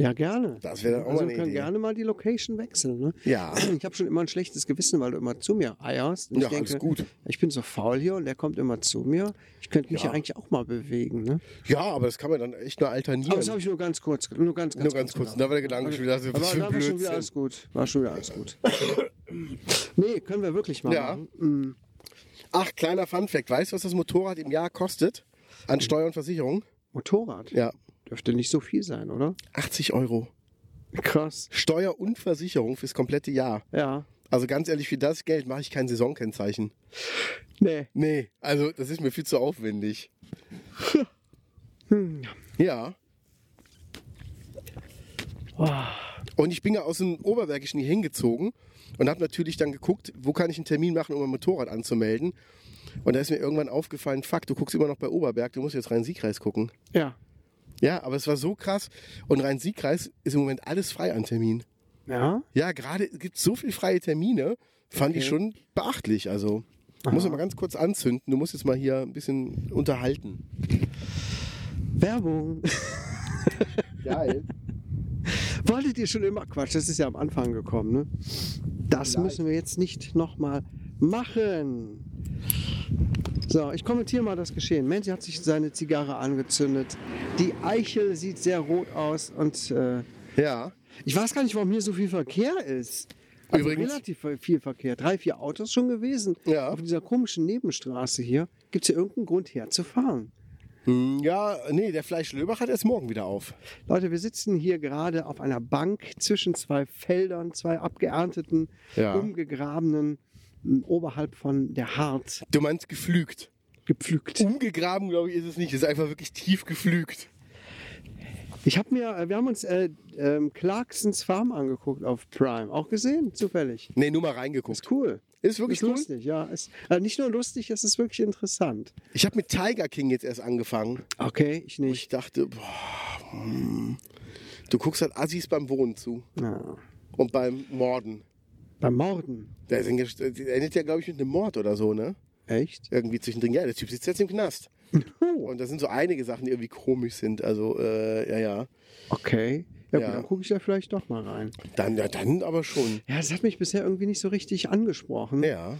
Ja, gerne. Das wäre dann auch Also mal wir eine können Idee. gerne mal die Location wechseln. Ne? Ja. Ich habe schon immer ein schlechtes Gewissen, weil du immer zu mir eierst. Und Ja, ich denke, alles gut. Ich bin so faul hier und der kommt immer zu mir. Ich könnte mich ja, Ja. eigentlich auch mal bewegen. Ne? Ja, aber das kann man dann echt nur alternieren. Aber das habe ich nur ganz kurz. Nur ganz, ganz, Nur ganz kurz. Da war der Gedanke schon wieder, das ist Aber ein da war schon wieder Blödsinn. alles gut. War schon wieder alles gut. nee, können wir wirklich mal Ja. machen. Mm. Ach, kleiner Funfact. Weißt du, was das Motorrad im Jahr kostet? An Steuer und Versicherung? Motorrad. Ja. Dürfte nicht so viel sein, oder? 80 Euro. Krass. Steuer und Versicherung fürs komplette Jahr. Ja. Also ganz ehrlich, für das Geld mache ich kein Saisonkennzeichen. Nee. Nee, also das ist mir viel zu aufwendig. Hm. Ja. Und ich bin ja aus dem Oberbergischen hier hingezogen und habe natürlich dann geguckt, wo kann ich einen Termin machen, um mein Motorrad anzumelden. Und da ist mir irgendwann aufgefallen, fuck, du guckst immer noch bei Oberberg, du musst jetzt Rhein-Sieg-Kreis gucken. Ja. Ja, aber es war so krass. Und Rhein-Sieg-Kreis ist im Moment alles frei an Terminen. Ja. Ja, gerade es gibt so viele freie Termine, fand ich schon beachtlich. Also, ich muss mal ganz kurz anzünden. Du musst jetzt mal hier ein bisschen unterhalten. Werbung. Geil. Wolltet ihr schon immer Quatsch? Das ist ja am Anfang gekommen, ne? Das müssen wir jetzt nicht nochmal machen. So, ich kommentiere mal das Geschehen. Mansi hat sich seine Zigarre angezündet. Die Eichel sieht sehr rot aus und äh, Ja. ich weiß gar nicht, warum hier so viel Verkehr ist. Also Übrigens- relativ viel Verkehr. Drei, vier Autos schon gewesen. Ja. Auf dieser komischen Nebenstraße hier gibt es ja irgendeinen Grund herzufahren. Hm, Ja, nee, der Fleischlöbach hat erst morgen wieder auf. Leute, wir sitzen hier gerade auf einer Bank zwischen zwei Feldern, zwei abgeernteten, Ja. umgegrabenen, m, oberhalb von der Hart Du meinst geflügt. gepflügt. Umgegraben, glaube ich, ist es nicht. Es ist einfach wirklich tief geflügt. Ich habe mir, äh, wir haben uns äh, ähm, Clarksons Farm angeguckt auf Prime, auch gesehen, zufällig. Nee, nur mal reingeguckt. Ist cool. Ist wirklich ist cool. lustig, ja. Ist, äh, nicht nur lustig, es ist wirklich interessant. Ich habe mit Tiger King jetzt erst angefangen. Okay, ich Und nicht. ich dachte, boah, hm, du guckst halt Assis beim Wohnen zu Na, und beim Morden. beim Morden. Der ist ein- der endet ja, glaube ich, mit einem Mord oder so, ne? Echt? irgendwie zwischendrin. Ja, der Typ sitzt jetzt im Knast. Und da sind so einige Sachen, die irgendwie komisch sind. Also, äh, ja, ja. Okay. Ja, Ja. Gut, dann gucke ich da vielleicht doch mal rein. Dann, ja, dann aber schon. Ja, das hat mich bisher irgendwie nicht so richtig angesprochen. Ja.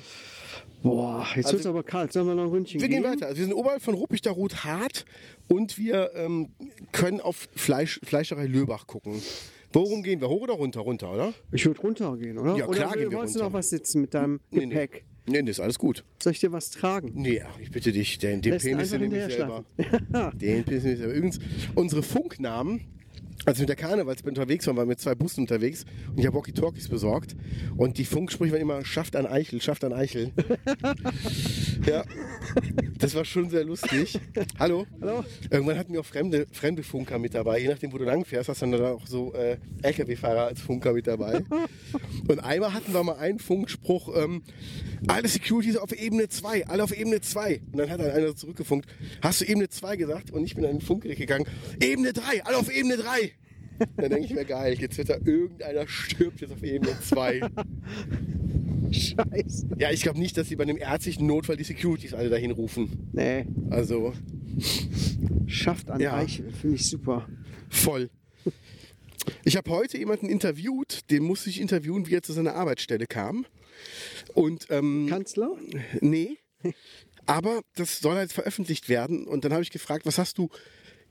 Boah, jetzt Also- wird's aber kalt. Sollen wir noch ein Ründchen Wir gehen geben? weiter. Also wir sind oberhalb von Ruppichter Rot Hart und wir ähm, können auf Fleisch, Fleischerei Löbach gucken. Worum gehen wir? Hoch oder runter? Runter, oder? Ich würde runtergehen, oder? Ja, oder klar will- gehen wir wolltest du runter. noch was sitzen mit deinem Gepäck? Nee, nee, ist alles gut. Soll ich dir was tragen? Nee, ach, ich bitte dich, den, den Lässt ihn Penis einfach nehme ich hinterher selber. den Penis nehme ich selber. Übrigens, unsere Funknamen, als wir mit der Karnevalsband unterwegs waren, waren wir mit zwei Bussen unterwegs und ich habe Walkie-Talkies besorgt und die Funksprüche waren immer, schafft an Eichel, schafft an Eichel. ja, das war schon sehr lustig. Hallo. Hallo. Irgendwann hatten wir auch fremde, fremde Funker mit dabei. Je nachdem, wo du langfährst, hast du dann da auch so äh, LKW-Fahrer als Funker mit dabei. Und einmal hatten wir mal einen Funkspruch, ähm, alle Securities auf Ebene 2, alle auf Ebene 2. Und dann hat dann einer zurückgefunkt, hast du Ebene 2 gesagt? Und ich bin an den Funkgerät gegangen, Ebene 3, alle auf Ebene 3. Dann denke ich mir, geil, jetzt wird da irgendeiner stirbt jetzt auf Ebene 2. Scheiße. Ja, ich glaube nicht, dass sie bei einem ärztlichen Notfall die Securities alle dahin rufen. Nee, Also schafft an Ja. Eichel. Finde ich super. voll. Ich habe heute jemanden interviewt, den musste ich interviewen, wie er zu seiner Arbeitsstelle kam. Und ähm, Kanzler? Nee. Aber das soll halt veröffentlicht werden. Und dann habe ich gefragt, was hast du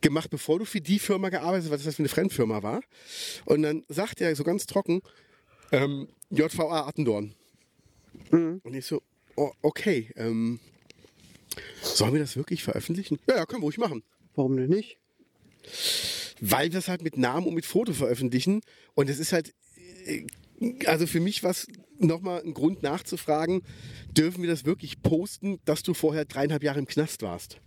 gemacht, bevor du für die Firma gearbeitet hast, weil das für eine Fremdfirma war? Und dann sagt er so ganz trocken, ähm, JVA Attendorn. Und ich so, oh, okay, ähm, sollen wir das wirklich veröffentlichen? Ja, ja, können wir ruhig machen. Warum denn nicht? Weil wir es halt mit Namen und mit Foto veröffentlichen. Und es ist halt, äh, also für mich was nochmal ein Grund nachzufragen, dürfen wir das wirklich posten, dass du vorher dreieinhalb Jahre im Knast warst?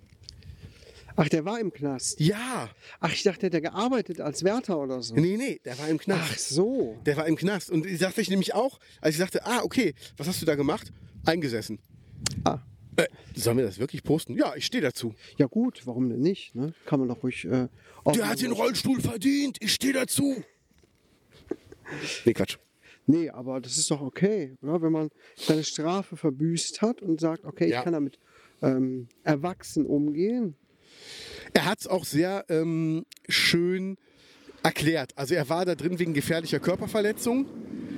Ach, der war im Knast. Ja, Ach, ich dachte, der hat gearbeitet als Wärter oder so. nee, nee, der war im Knast. Ach so. Der war im Knast. Und ich dachte ich nämlich auch, als ich sagte, ah, okay, was hast du da gemacht? Eingesessen. Ah. Äh, sollen wir das wirklich posten? Ja, ich stehe dazu. Ja gut, warum denn nicht? Ne? Kann man doch ruhig... Äh, offen- Der hat den Rollstuhl verdient, ich stehe dazu. Nee, Quatsch. Nee, aber das ist doch okay, oder? Wenn man seine Strafe verbüßt hat und sagt, okay, Ja. ich kann damit ähm, erwachsen umgehen. Er hat es auch sehr ähm, schön erklärt. Also er war da drin wegen gefährlicher Körperverletzung.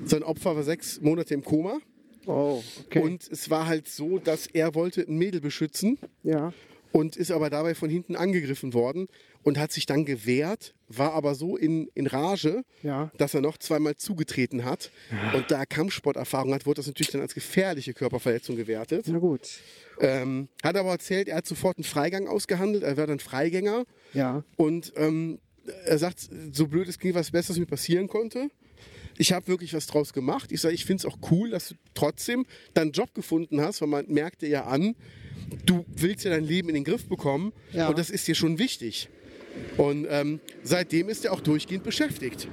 Sein Opfer war sechs Monate im Koma. Oh, okay. Und es war halt so, dass er wollte ein Mädel beschützen ja. und ist aber dabei von hinten angegriffen worden und hat sich dann gewehrt, war aber so in, in Rage, Ja. dass er noch zweimal zugetreten hat. Und da er Kampfsporterfahrung hat, wurde das natürlich dann als gefährliche Körperverletzung gewertet. Na gut. Ähm, hat aber erzählt, er hat sofort einen Freigang ausgehandelt, er war dann Freigänger Ja. und ähm, er sagt, so blöd es ging, was Besseres mir passieren konnte. Ich habe wirklich was draus gemacht. Ich sage, ich finde es auch cool, dass du trotzdem deinen Job gefunden hast, weil man merkt dir ja an, du willst ja dein Leben in den Griff bekommen Ja. und das ist dir schon wichtig. Und ähm, seitdem ist er auch durchgehend beschäftigt.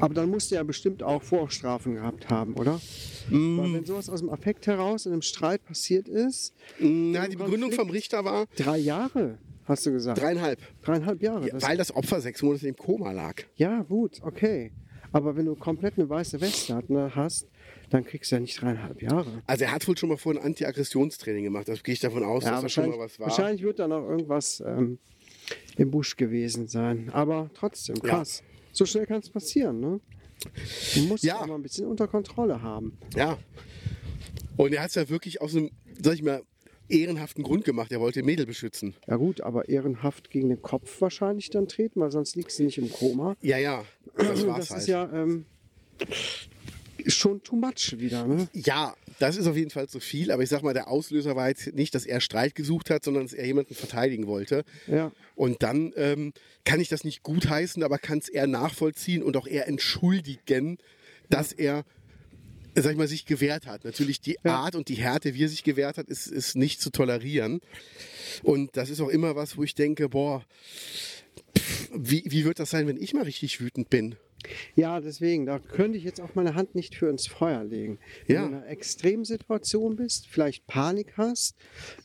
Aber dann musste er bestimmt auch Vorstrafen gehabt haben, oder? Mm. Weil wenn sowas aus dem Affekt heraus in einem Streit passiert ist, Na, die Begründung vom Richter war drei Jahre, hast du gesagt. dreieinhalb, Dreieinhalb Jahre. das- weil das Opfer sechs Monate im Koma lag. ja, gut, okay. Aber wenn du komplett eine weiße Weste hat- ne, hast, dann kriegst du ja nicht dreieinhalb Jahre. Also er hat wohl schon mal vorher ein Anti-Aggressionstraining gemacht. Das gehe ich davon aus, dass da schon mal was war. wahrscheinlich wird da noch irgendwas ähm, im Busch gewesen sein. Aber trotzdem, krass. So schnell kann es passieren, ne? Du musst Ja. ja. mal ein bisschen unter Kontrolle haben. Ja. Und er hat es ja wirklich aus einem, sag ich mal, ehrenhaften Grund gemacht. Er wollte Mädel beschützen. Ja gut, aber ehrenhaft gegen den Kopf wahrscheinlich dann treten, weil sonst liegst du nicht im Koma. Ja, ja. Das war's Also das halt. ist ja ähm, schon too much wieder, ne? ja, das ist auf jeden Fall zu viel. Aber ich sag mal, der Auslöser war jetzt nicht, dass er Streit gesucht hat, sondern dass er jemanden verteidigen wollte. Ja. Und dann ähm, kann ich das nicht gutheißen, aber kann es eher nachvollziehen und auch eher entschuldigen, dass er sag ich mal, sich gewehrt hat. Natürlich die Ja. Art und die Härte, wie er sich gewehrt hat, ist, ist nicht zu tolerieren. Und das ist auch immer was, wo ich denke, boah, pff, wie, wie wird das sein, wenn ich mal richtig wütend bin? Ja, deswegen, da könnte ich jetzt auch meine Hand nicht für ins Feuer legen. Wenn Ja. du in einer Extremsituation bist, vielleicht Panik hast,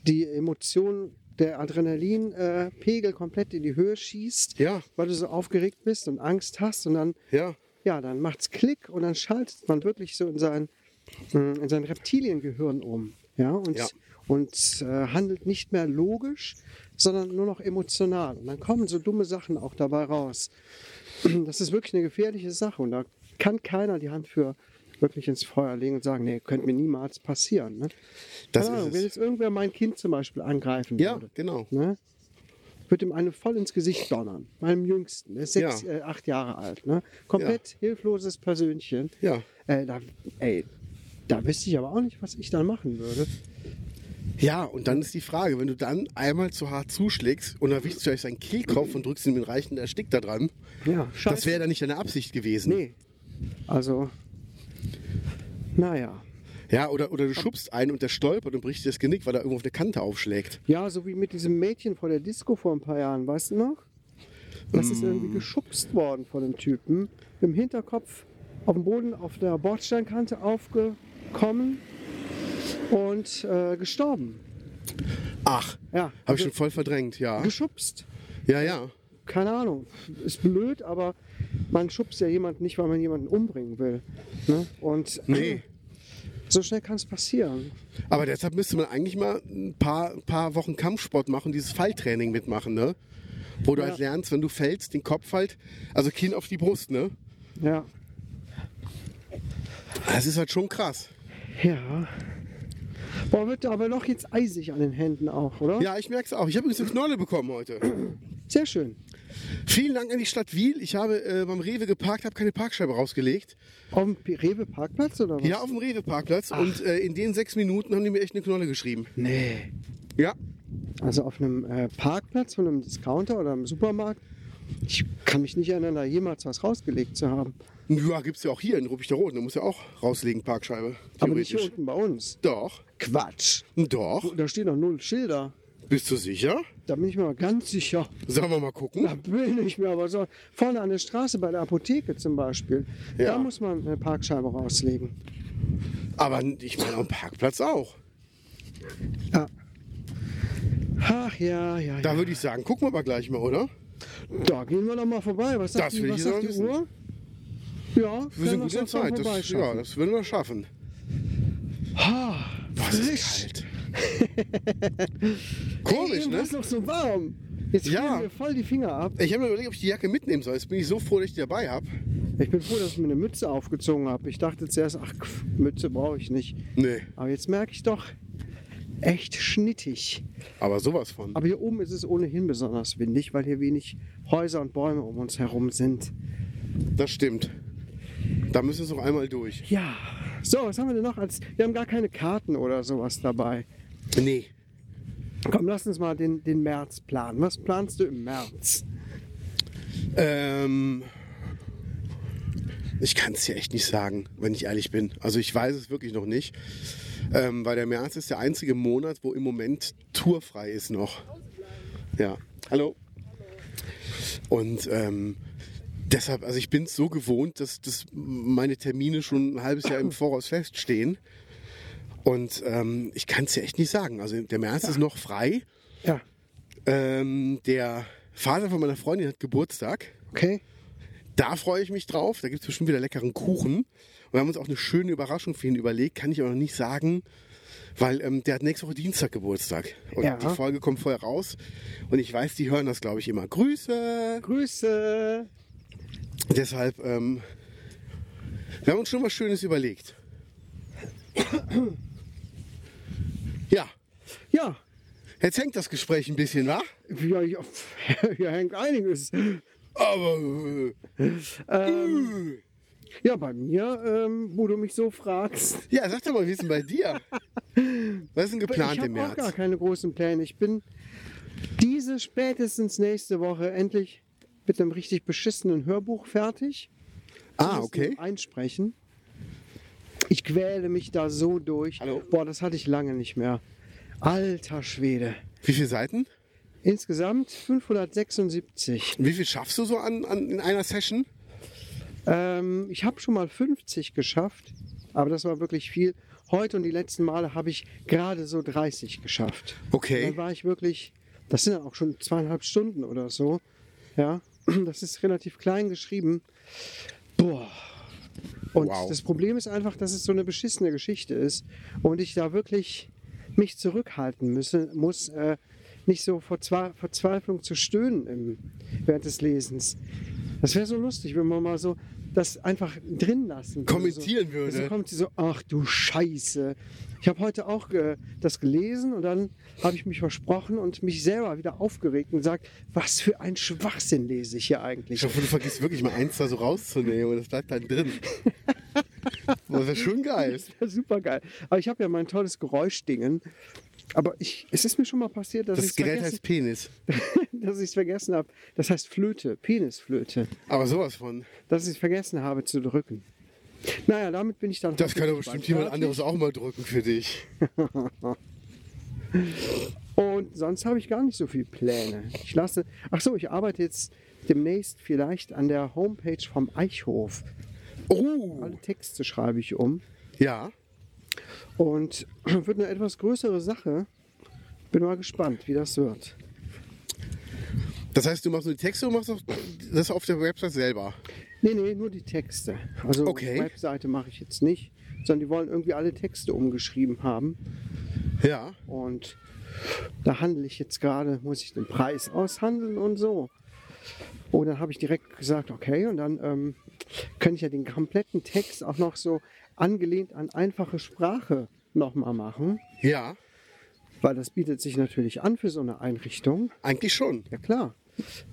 die Emotionen, der Adrenalinpegel äh, Pegel komplett in die Höhe schießt, Ja. weil du so aufgeregt bist und Angst hast und dann, Ja, ja, dann macht's Klick und dann schaltet man wirklich so in sein, mh, in sein Reptiliengehirn um. Ja, und, Ja. und äh, handelt nicht mehr logisch, sondern nur noch emotional. Und dann kommen so dumme Sachen auch dabei raus. Das ist wirklich eine gefährliche Sache und da kann keiner die Hand für wirklich ins Feuer legen und sagen, nee, könnte mir niemals passieren. Ne? das Keine Ahnung, ist wenn es. jetzt irgendwer mein Kind zum Beispiel angreifen Ja, würde, genau. ne? wird ihm eine voll ins Gesicht donnern. Meinem Jüngsten, der ist sechs, Ja. äh, acht Jahre alt. Ne? Komplett hilfloses Persönchen. Ja. Äh, da, ey, da wüsste ich aber auch nicht, was ich dann machen würde. Ja, und dann ist die Frage, wenn du dann einmal zu hart zuschlägst und erwischst vielleicht seinen Kehlkopf und drückst ihm den Reichen, der erstickt da dran. Ja, scheiße. Das wäre dann nicht deine Absicht gewesen. Nee. Also, naja. Ja, oder, oder du schubst einen und der stolpert und bricht dir das Genick, weil er irgendwo auf eine Kante aufschlägt. Ja, so wie mit diesem Mädchen vor der Disco vor ein paar Jahren, weißt du noch? Das ist Mm. irgendwie geschubst worden von dem Typen. Im Hinterkopf auf dem Boden auf der Bordsteinkante aufgekommen und äh, gestorben. Ach, Ja, also habe ich schon voll verdrängt, ja. geschubst. Ja, ja. Keine Ahnung, ist blöd, aber man schubst ja jemanden nicht, weil man jemanden umbringen will. Ne? Und Nee. so schnell kann es passieren. Aber deshalb müsste man eigentlich mal ein paar, ein paar Wochen Kampfsport machen, dieses Falltraining mitmachen, ne? Wo du Ja. halt lernst, wenn du fällst, den Kopf halt, also Kinn auf die Brust, ne? Ja, Das ist halt schon krass. ja. Boah, wird aber noch jetzt eisig an den Händen auch, oder? Ja, ich merke es auch. Ich habe übrigens eine Knolle bekommen heute. Sehr schön. Vielen Dank an die Stadt Wiel. Ich habe äh, beim Rewe geparkt, habe keine Parkscheibe rausgelegt. Auf dem P- Rewe-Parkplatz oder was? Ja, auf dem Rewe-Parkplatz. Und äh, in den sechs Minuten haben die mir echt eine Knolle geschrieben. Nee. Ja. Also auf einem äh, Parkplatz von einem Discounter oder einem Supermarkt. Ich kann mich nicht erinnern, da jemals was rausgelegt zu haben. Ja, gibt's ja auch hier in Ruppichterroden. Da muss ja auch rauslegen, Parkscheibe. Aber nicht hier Theoretisch. unten bei uns. Doch. Quatsch. Doch. Da stehen doch null Schilder. Bist du sicher? Da bin ich mir aber ganz sicher. Sollen wir mal Da gucken? bin ich mir aber so. Vorne an der Straße bei der Apotheke zum Beispiel. Ja. Da muss man eine Parkscheibe rauslegen. Aber ich meine, am Parkplatz auch. Ja. Ach ja, ja, ja. Da würde ich sagen, gucken wir mal gleich mal, oder? Da gehen wir doch mal vorbei. Was sagt Das die, will ich was jetzt sagt die aber wissen. Uhr? Ja, Wir dann sind gut lass in uns doch Zeit. Das, ja, vorbeischaffen. das würden wir schaffen. Ah, Boah, es ist kalt. Komisch, Eben ne? war's noch so warm. Jetzt frieren Ja. mir voll die Finger ab. Ich habe mir überlegt, ob ich die Jacke mitnehmen soll. Jetzt bin ich so froh, dass ich die dabei habe. Ich bin froh, dass ich mir eine Mütze aufgezogen habe. Ich dachte zuerst, ach, pff, Mütze brauche ich nicht. Nee, Aber jetzt merke ich doch, echt schnittig. aber sowas von. Aber hier oben ist es ohnehin besonders windig, weil hier wenig Häuser und Bäume um uns herum sind. Das stimmt. Da müssen wir es noch einmal durch. Ja. So, was haben wir denn noch? Als, wir haben gar keine Karten oder sowas dabei. Nee. Komm, lass uns mal den, den März planen. Was planst du im März? Ähm, ich kann es dir echt nicht sagen, wenn ich ehrlich bin. Also ich weiß es wirklich noch nicht. Ähm, weil der März ist der einzige Monat, wo im Moment tourfrei ist noch. Ja. Hallo. Und ähm, deshalb, also ich bin es so gewohnt, dass, dass meine Termine schon ein halbes Jahr im Voraus feststehen. Und ähm, ich kann es dir echt nicht sagen. Also der März ist noch frei. Ja. Ähm, der Vater von meiner Freundin hat Geburtstag. Okay. Da freue ich mich drauf. Da gibt es bestimmt wieder leckeren Kuchen. Und wir haben uns auch eine schöne Überraschung für ihn überlegt. Kann ich aber noch nicht sagen, weil ähm, der hat nächste Woche Dienstag Geburtstag. Und Ja. die Folge kommt vorher raus. Und ich weiß, die hören das, glaube ich, immer. Grüße! Grüße. Deshalb, ähm, wir haben uns schon was Schönes überlegt. Ja, Ja. jetzt hängt das Gespräch ein bisschen, wa? Ja, ja, hier hängt einiges. Aber äh, Ja, bei mir, ähm, wo du mich so fragst. ja, sag doch mal, wie ist denn bei dir? Was ist denn geplant ich im habe auch gar März? keine großen Pläne. Ich bin diese spätestens nächste Woche endlich mit einem richtig beschissenen Hörbuch fertig. Ah, Zumindest okay. mit Einsprechen. Ich quäle mich da so durch. Hallo. Boah, das hatte ich lange nicht mehr. Alter Schwede. Wie viele Seiten? Insgesamt 576. Wie viel schaffst du so an, an, in einer Session? Ähm, ich habe schon mal 50 geschafft, aber das war wirklich viel. Heute und die letzten Male habe ich gerade so 30 geschafft. Okay. Dann war ich wirklich, das sind dann auch schon zweieinhalb Stunden oder so. Ja, das ist relativ klein geschrieben. Boah. Und Wow. das Problem ist einfach, dass es so eine beschissene Geschichte ist und ich da wirklich mich zurückhalten müsse, muss, äh, nicht so vor Zwa- Verzweiflung zu stöhnen im, während des Lesens. Das wäre so lustig, wenn man mal so das einfach drin lassen würde. Kommentieren so, würde. Also kommt sie so, ach du Scheiße. Ich habe heute auch äh, das gelesen und dann habe ich mich versprochen und mich selber wieder aufgeregt und gesagt, was für ein Schwachsinn lese ich hier Ich eigentlich. hoffe, du vergisst wirklich mal eins da so rauszunehmen und das bleibt dann drin. Das wäre schon geil. Super geil. Aber ich habe ja mein tolles Geräuschdingen. Aber ich, es ist mir schon mal passiert, dass ich Das es Gerät vergessen, heißt Penis. dass ich's vergessen habe. Das heißt Flöte, Penisflöte. Aber sowas von. dass ich vergessen habe zu drücken. Naja, damit bin ich dann. Das heute kann doch nicht bestimmt bald jemand fertig. anderes auch mal drücken für dich. Und sonst habe ich gar nicht so viel Pläne. Ich lasse. Ach so, ich arbeite jetzt demnächst vielleicht an der Homepage vom Eichhof. Oh! Alle Texte schreibe ich um Ja. und wird eine etwas größere Sache. Bin mal gespannt, wie das wird. Das heißt, du machst nur die Texte und machst auch das auf der Website selber. Nee, nee, nur die Texte. Also Okay. Webseite mache ich jetzt nicht, sondern die wollen irgendwie alle Texte umgeschrieben haben. Ja. Und da handle ich jetzt gerade, muss ich den Preis aushandeln und so. Und dann habe ich direkt gesagt, okay, und dann ähm, könnte ich ja den kompletten Text auch noch so angelehnt an einfache Sprache nochmal machen, Ja. weil das bietet sich natürlich an für so eine Einrichtung. Eigentlich schon. Ja klar.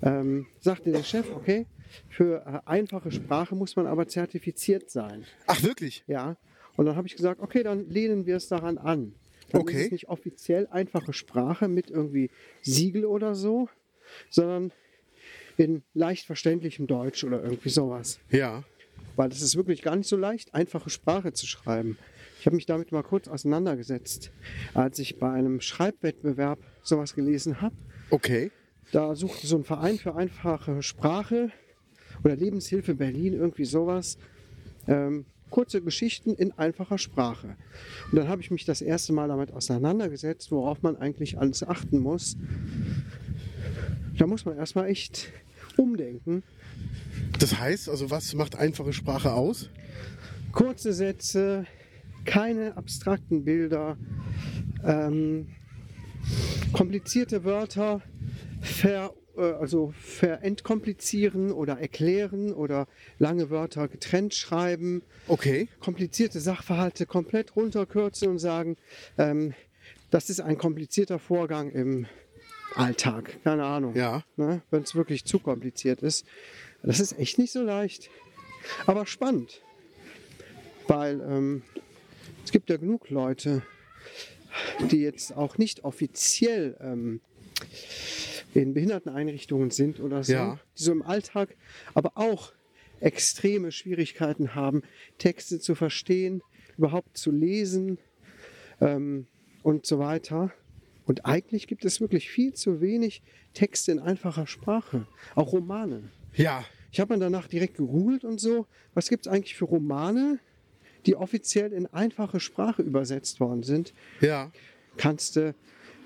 Ähm, sagte der Chef, okay, für äh, einfache Sprache muss man aber zertifiziert sein. Ach, wirklich? Ja. Und dann habe ich gesagt, okay, dann lehnen wir es daran an. Dann Okay. ist es nicht offiziell einfache Sprache mit irgendwie Siegel oder so, sondern in leicht verständlichem Deutsch oder irgendwie sowas. Ja. Weil es ist wirklich gar nicht so leicht, einfache Sprache zu schreiben. Ich habe mich damit mal kurz auseinandergesetzt, als ich bei einem Schreibwettbewerb sowas gelesen habe. Okay. Da suchte so ein Verein für einfache Sprache oder Lebenshilfe Berlin, irgendwie sowas. Ähm, kurze Geschichten in einfacher Sprache. Und dann habe ich mich das erste Mal damit auseinandergesetzt, worauf man eigentlich alles achten muss. Da muss man erstmal echt umdenken. Das heißt, also was macht einfache Sprache aus? Kurze Sätze, keine abstrakten Bilder, ähm, komplizierte Wörter, ver, äh, also verentkomplizieren oder erklären oder lange Wörter getrennt schreiben, Okay. komplizierte Sachverhalte komplett runterkürzen und sagen, ähm, das ist ein komplizierter Vorgang im Alltag. Keine Ahnung. Ja. Ne? Wenn es wirklich zu kompliziert ist. Das ist echt nicht so leicht. Aber spannend. Weil ähm, es gibt ja genug Leute, die jetzt auch nicht offiziell ähm, in Behinderteneinrichtungen sind oder so, Ja. die so im Alltag aber auch extreme Schwierigkeiten haben, Texte zu verstehen, überhaupt zu lesen ähm, und so weiter. Und eigentlich gibt es wirklich viel zu wenig Texte in einfacher Sprache, auch Romane. Ja. Ich habe dann danach direkt gegoogelt und so, was gibt es eigentlich für Romane, die offiziell in einfache Sprache übersetzt worden sind, Ja. kannst du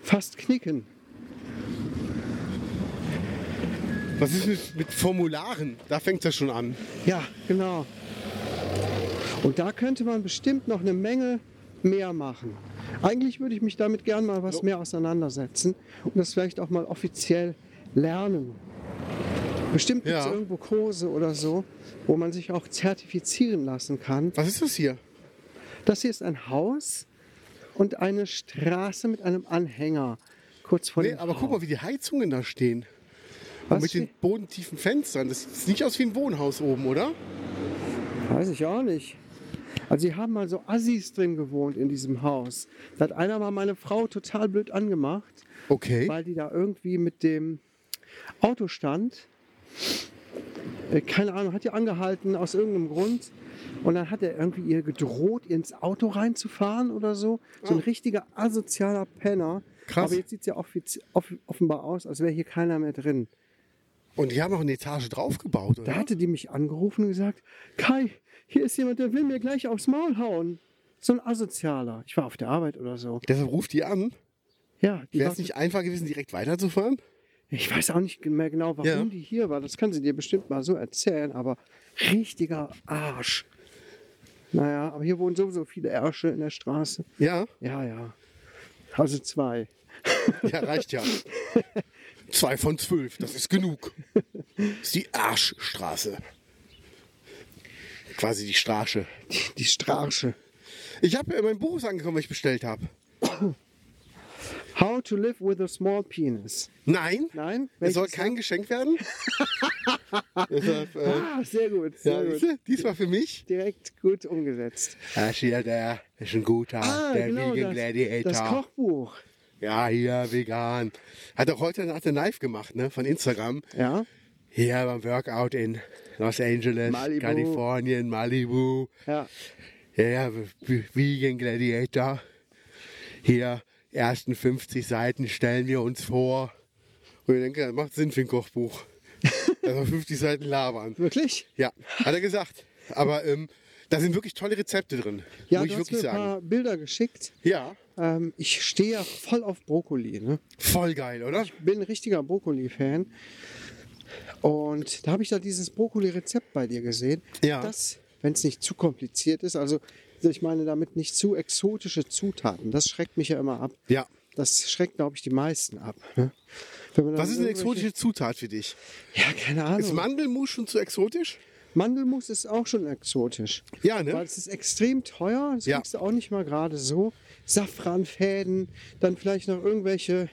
fast knicken. Was ist mit, mit Formularen? Da fängt es ja schon an. Ja, genau. Und da könnte man bestimmt noch eine Menge mehr machen. Eigentlich würde ich mich damit gern mal was Jo. mehr auseinandersetzen und das vielleicht auch mal offiziell lernen. Bestimmt gibt es Ja. irgendwo Kurse oder so, wo man sich auch zertifizieren lassen kann. Was ist das hier? Das hier ist ein Haus und eine Straße mit einem Anhänger. Kurz vor Nee, dem aber Haus. guck mal, wie die Heizungen da stehen. Was Und mit den steht- bodentiefen Fenstern. Das sieht nicht aus wie ein Wohnhaus oben, oder? Weiß ich auch nicht. Also sie haben mal so Assis drin gewohnt in diesem Haus. Da hat einer mal meine Frau total blöd angemacht, Okay. weil die da irgendwie mit dem Auto stand. Äh, Keine Ahnung, hat die angehalten aus irgendeinem Grund. Und dann hat er irgendwie ihr gedroht, ihr ins Auto reinzufahren oder so. So ein Ah. richtiger asozialer Penner. Krass. Aber jetzt sieht es ja offiz- off offenbar aus, als wäre hier keiner mehr drin. Und die haben auch eine Etage draufgebaut, Da oder? hatte die mich angerufen und gesagt, Kai, hier ist jemand, der will mir gleich aufs Maul hauen. So ein Asozialer. Ich war auf der Arbeit oder so. Deshalb ruft die an. Ja, die Wäre war, es nicht einfach gewesen, direkt weiterzufahren? ich weiß auch nicht mehr genau, warum Ja. die hier war. Das kann sie dir bestimmt mal so erzählen, aber richtiger Arsch. Naja, aber hier wohnen sowieso viele Ärsche in der Straße. Ja. Ja, ja. Also zwei. Ja, reicht ja. Zwei von zwölf, das ist genug. Das ist die Arschstraße. Quasi die Straße. Die, die Straße. Ich habe mein Buch ist angekommen, was ich bestellt habe. How to live with a small penis. Nein. Nein? Es soll Welches kein Geschenk werden. Deshalb, äh, Ah, sehr gut. ja, Sehr siehst gut. du, diesmal für mich. Direkt gut umgesetzt. Ah, hier, der ist ein guter, Ah, der genau, Vegan Gladiator. das, das Kochbuch. ja, hier, vegan. Hat auch heute Nacht den Live gemacht, ne, von Instagram. Ja, Hier beim Workout in Los Angeles, Malibu. Kalifornien, Malibu. ja. Ja, ja, v- Vegan Gladiator. Hier, ersten 50 Seiten stellen wir uns vor. Und ich denke, das macht Sinn für ein Kochbuch. Also 50 Seiten labern. Wirklich? Ja, hat er gesagt. Aber ähm, da sind wirklich tolle Rezepte drin. Ja, muss du ich hast wirklich mir ein sagen. paar Bilder geschickt. Ja, Ähm, ich stehe ja voll auf Brokkoli. Ne? voll geil, oder? Bin ein richtiger Brokkoli-Fan. Und da habe ich da dieses Brokkoli-Rezept bei dir gesehen. Ja. Das, wenn es nicht zu kompliziert ist, also ich meine damit nicht zu exotische Zutaten. Das schreckt mich ja immer ab. Ja. Das schreckt, glaube ich, die meisten ab. Ne? Wenn man dann Was ist eine irgendwelche- exotische Zutat für dich? Hm. Ja, keine Ahnung. Ist Mandelmus schon zu exotisch? Mandelmus ist auch schon exotisch. Ja, ne? Weil es ist extrem teuer, das Ja. kriegst du auch nicht mal gerade so. Safranfäden, dann vielleicht noch irgendwelche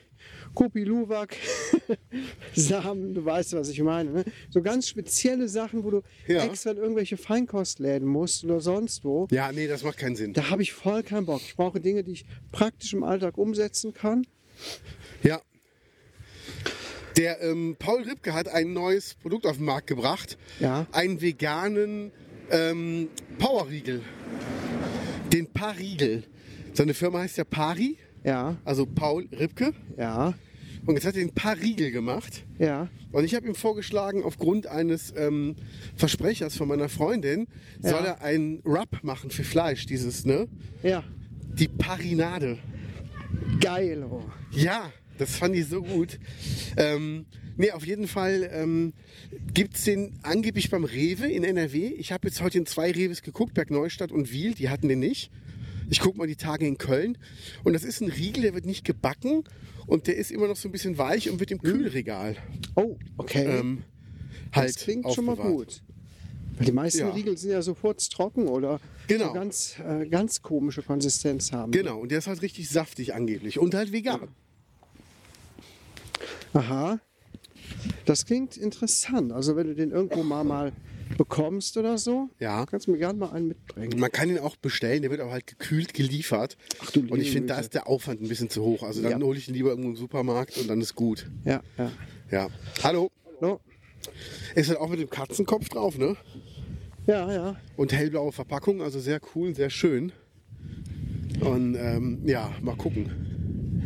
Kopi Luwak Samen, du weißt, was ich meine. Ne? So ganz spezielle Sachen, wo du Ja. extra in irgendwelche Feinkostläden musst oder sonst wo. Ja, nee, das macht keinen Sinn. Da habe ich voll keinen Bock. Ich brauche Dinge, die ich praktisch im Alltag umsetzen kann. Ja. Der ähm, Paul Ripke hat ein neues Produkt auf den Markt gebracht. Ja. Einen veganen ähm, Powerriegel. Den Pariegel. Seine Firma heißt ja Pari, Ja, also Paul Ripke. ja, Und jetzt hat er den Pariegel gemacht. ja. Und ich habe ihm vorgeschlagen, aufgrund eines ähm, Versprechers von meiner Freundin, Ja. soll er einen Rub machen für Fleisch, dieses, ne? Ja, Die Parinade. geil. Oh. Ja, das fand ich so gut. Ähm, nee, auf jeden Fall ähm, gibt es den angeblich beim Rewe in NRW. Ich habe jetzt heute in zwei Rewes geguckt, Bergneustadt und Wiel, die hatten den nicht. Ich gucke mal die Tage in Köln und das ist ein Riegel, der wird nicht gebacken und der ist immer noch so ein bisschen weich und wird Hm. im Kühlregal Oh, okay. ähm, halt das klingt schon mal aufbewahrt. gut. Weil die meisten Ja. Riegel sind ja sofort trocken oder Genau. so ganz, äh, ganz komische Konsistenz haben. Genau, und der ist halt richtig saftig angeblich und halt vegan. Aha. Das klingt interessant. Also wenn du den irgendwo mal, mal bekommst oder so, Ja. kannst du mir gerne mal einen mitbringen. Man kann ihn auch bestellen, der wird aber halt gekühlt geliefert. Ach du und ich liebe finde, da Güte. ist der Aufwand ein bisschen zu hoch. Also dann Ja. hole ich ihn lieber irgendwo im Supermarkt und dann ist gut. Ja, ja. Ja. Hallo. No. Ist halt auch mit dem Katzenkopf drauf, ne? Ja, ja. Und hellblaue Verpackung, also sehr cool, sehr schön. Und ähm, ja, mal gucken.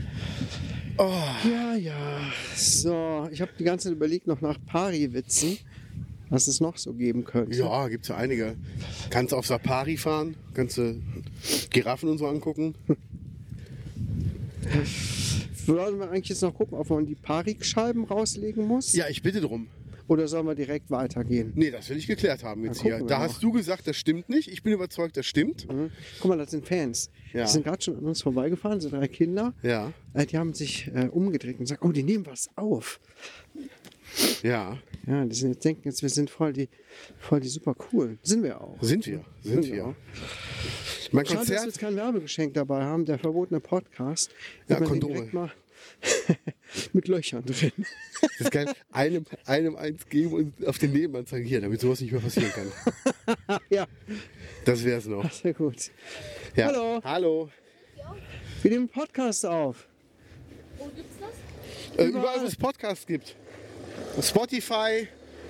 Ja, ja. So, ich habe die ganze Zeit überlegt noch nach Pari-Witzen, was es noch so geben könnte. Ja, gibt's ja einige. Kannst auf Safari fahren, kannst du Giraffen und so angucken. Wollen wir eigentlich jetzt noch gucken, ob man die Parik-Scheiben rauslegen muss? Ja, ich bitte drum. Oder sollen wir direkt weitergehen? Nee, das will ich geklärt haben jetzt Na, hier. gucken wir Da mal. Mhm. hast du gesagt, das stimmt nicht. Ich bin überzeugt, das stimmt. Guck mal, das sind Fans. Ja. Die sind gerade schon an uns vorbeigefahren, so drei Kinder. Ja, Äh, Die haben sich äh, umgedreht und gesagt, oh, die nehmen was auf. ja. Ja, die sind jetzt denken jetzt, wir sind voll die, voll die super cool. Sind wir auch. Sind wir, sind Ja. wir. Mein Schade, dass wir Konzert, jetzt kein Werbegeschenk dabei haben, der verbotene Podcast. Wenn Ja, man den Kondome. direkt Mal mit Löchern drin. das ist geil. Einem, einem eins geben und auf den Nebenmann zeigen, hier, damit sowas nicht mehr passieren kann. ja, Das wär's noch. sehr gut. Ja. Hallo. Hallo. Wir nehmen einen Podcast auf. Wo gibt's das? Äh, überall, wo es Podcasts gibt. Spotify,